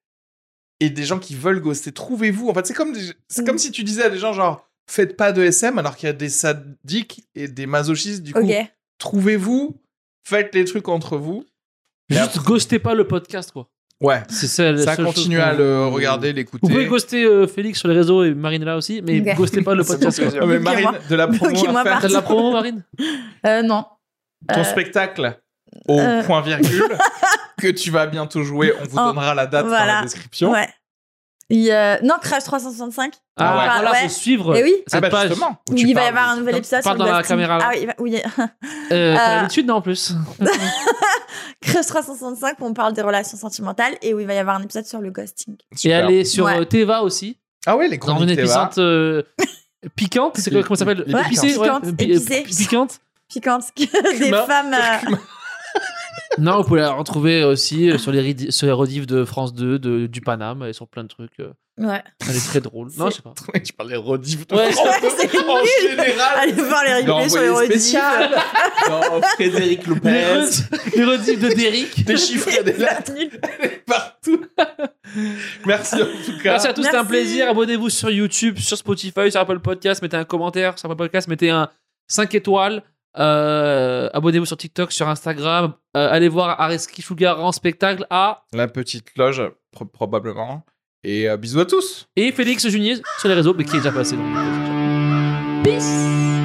S1: et des gens qui veulent ghoster, trouvez-vous. En fait, c'est comme, des- c'est
S3: Mmh.
S1: comme si tu disais à des gens, genre, faites pas de SM, alors qu'il y a des sadiques et des masochistes, du coup.
S3: Ok.
S1: Trouvez-vous, faites les trucs entre vous.
S2: j'avoue. Juste ghostez pas le podcast, quoi.
S1: Ouais,
S2: C'est ça. la
S1: ça
S2: seule chose
S1: continue
S2: qu'on-
S1: à le regarder, l'écouter.
S2: Vous pouvez ghoster euh, Félix sur les réseaux et Marine est là aussi, mais
S3: Ok.
S2: ghostez pas le
S4: Ça me
S2: podcast.
S4: fait
S2: quoi.
S4: plaisir.
S1: Ah, mais
S3: Bloquez-moi.
S1: Marine, de la promo
S3: Bloquez-moi
S1: à faire.
S2: T'as de la promo, Marine
S3: Euh, non.
S1: ton
S3: Euh,
S1: spectacle au
S3: euh.
S1: point virgule que tu vas bientôt jouer. On vous
S3: Oh,
S1: donnera la date dans la
S3: voilà.
S1: description.
S3: Ouais. Il, euh, Non, Crash 365.
S2: Ah,
S1: ouais.
S2: voilà,
S3: Ouais.
S2: faut suivre.
S3: Eh oui.
S2: Cette
S1: Ah bah
S2: page.
S1: justement, où
S3: Oui,
S1: tu
S3: il va y
S1: parles
S3: avoir
S1: de-
S3: un nouvel
S2: Comme-
S3: épisode
S2: parle
S3: sur
S2: dans la
S3: le ghosting.
S2: caméra, là.
S3: Ah oui, il va- oui.
S2: Euh,
S3: Euh,
S2: T'as l'habitude, non, en plus
S3: Crash 365 où on parle des relations sentimentales et où il va y avoir un épisode sur le ghosting.
S2: Et
S1: Super.
S2: elle est sur
S3: Ouais.
S2: euh, Teva aussi,
S1: Ah ouais, les
S2: dans une
S1: chroniques Théva.
S2: épisode euh, Piquante, c'est quoi,
S1: Les-
S2: comment ça s'appelle
S1: les
S2: Euh,
S1: piquantes.
S3: Piquantes,
S2: euh, pi- euh,
S3: épicées.
S2: Piquante.
S3: Piquante. Des
S1: Curcuma.
S3: femmes. euh,
S2: Non, vous pouvez la retrouver aussi euh, sur les, redi- sur les rediffs de France 2, de- du Paname, elles sont plein de trucs. euh,
S3: Ouais.
S2: Elle est très drôle. Non, je sais pas.
S1: tu parlais rediff de
S2: Ouais,
S1: France
S3: c'est
S1: en
S3: nul.
S1: général.
S3: Allez voir Ah, les
S1: Dans
S3: replays sur les
S1: Envoyé
S3: rediffs.
S1: spécial. Dans Frédéric
S2: Les,
S1: Lopez.
S2: rediffs- les rediffs de Derrick.
S1: Des chiffres, il y a des lettres
S3: Nul.
S1: partout. Merci en tout cas.
S2: Merci à tous, c'était un
S3: Merci.
S2: plaisir. Abonnez-vous sur YouTube, sur Spotify, sur Apple Podcast. Mettez un commentaire sur Apple Podcast. Mettez un 5 étoiles. Euh, Abonnez-vous sur TikTok, sur Instagram. Euh, allez voir Areski Sugar en spectacle à
S1: La petite loge, pro- probablement. Et euh, bisous à tous.
S2: euh, et Félix Junier sur les réseaux, mais qui est déjà passé. donc.
S3: Peace.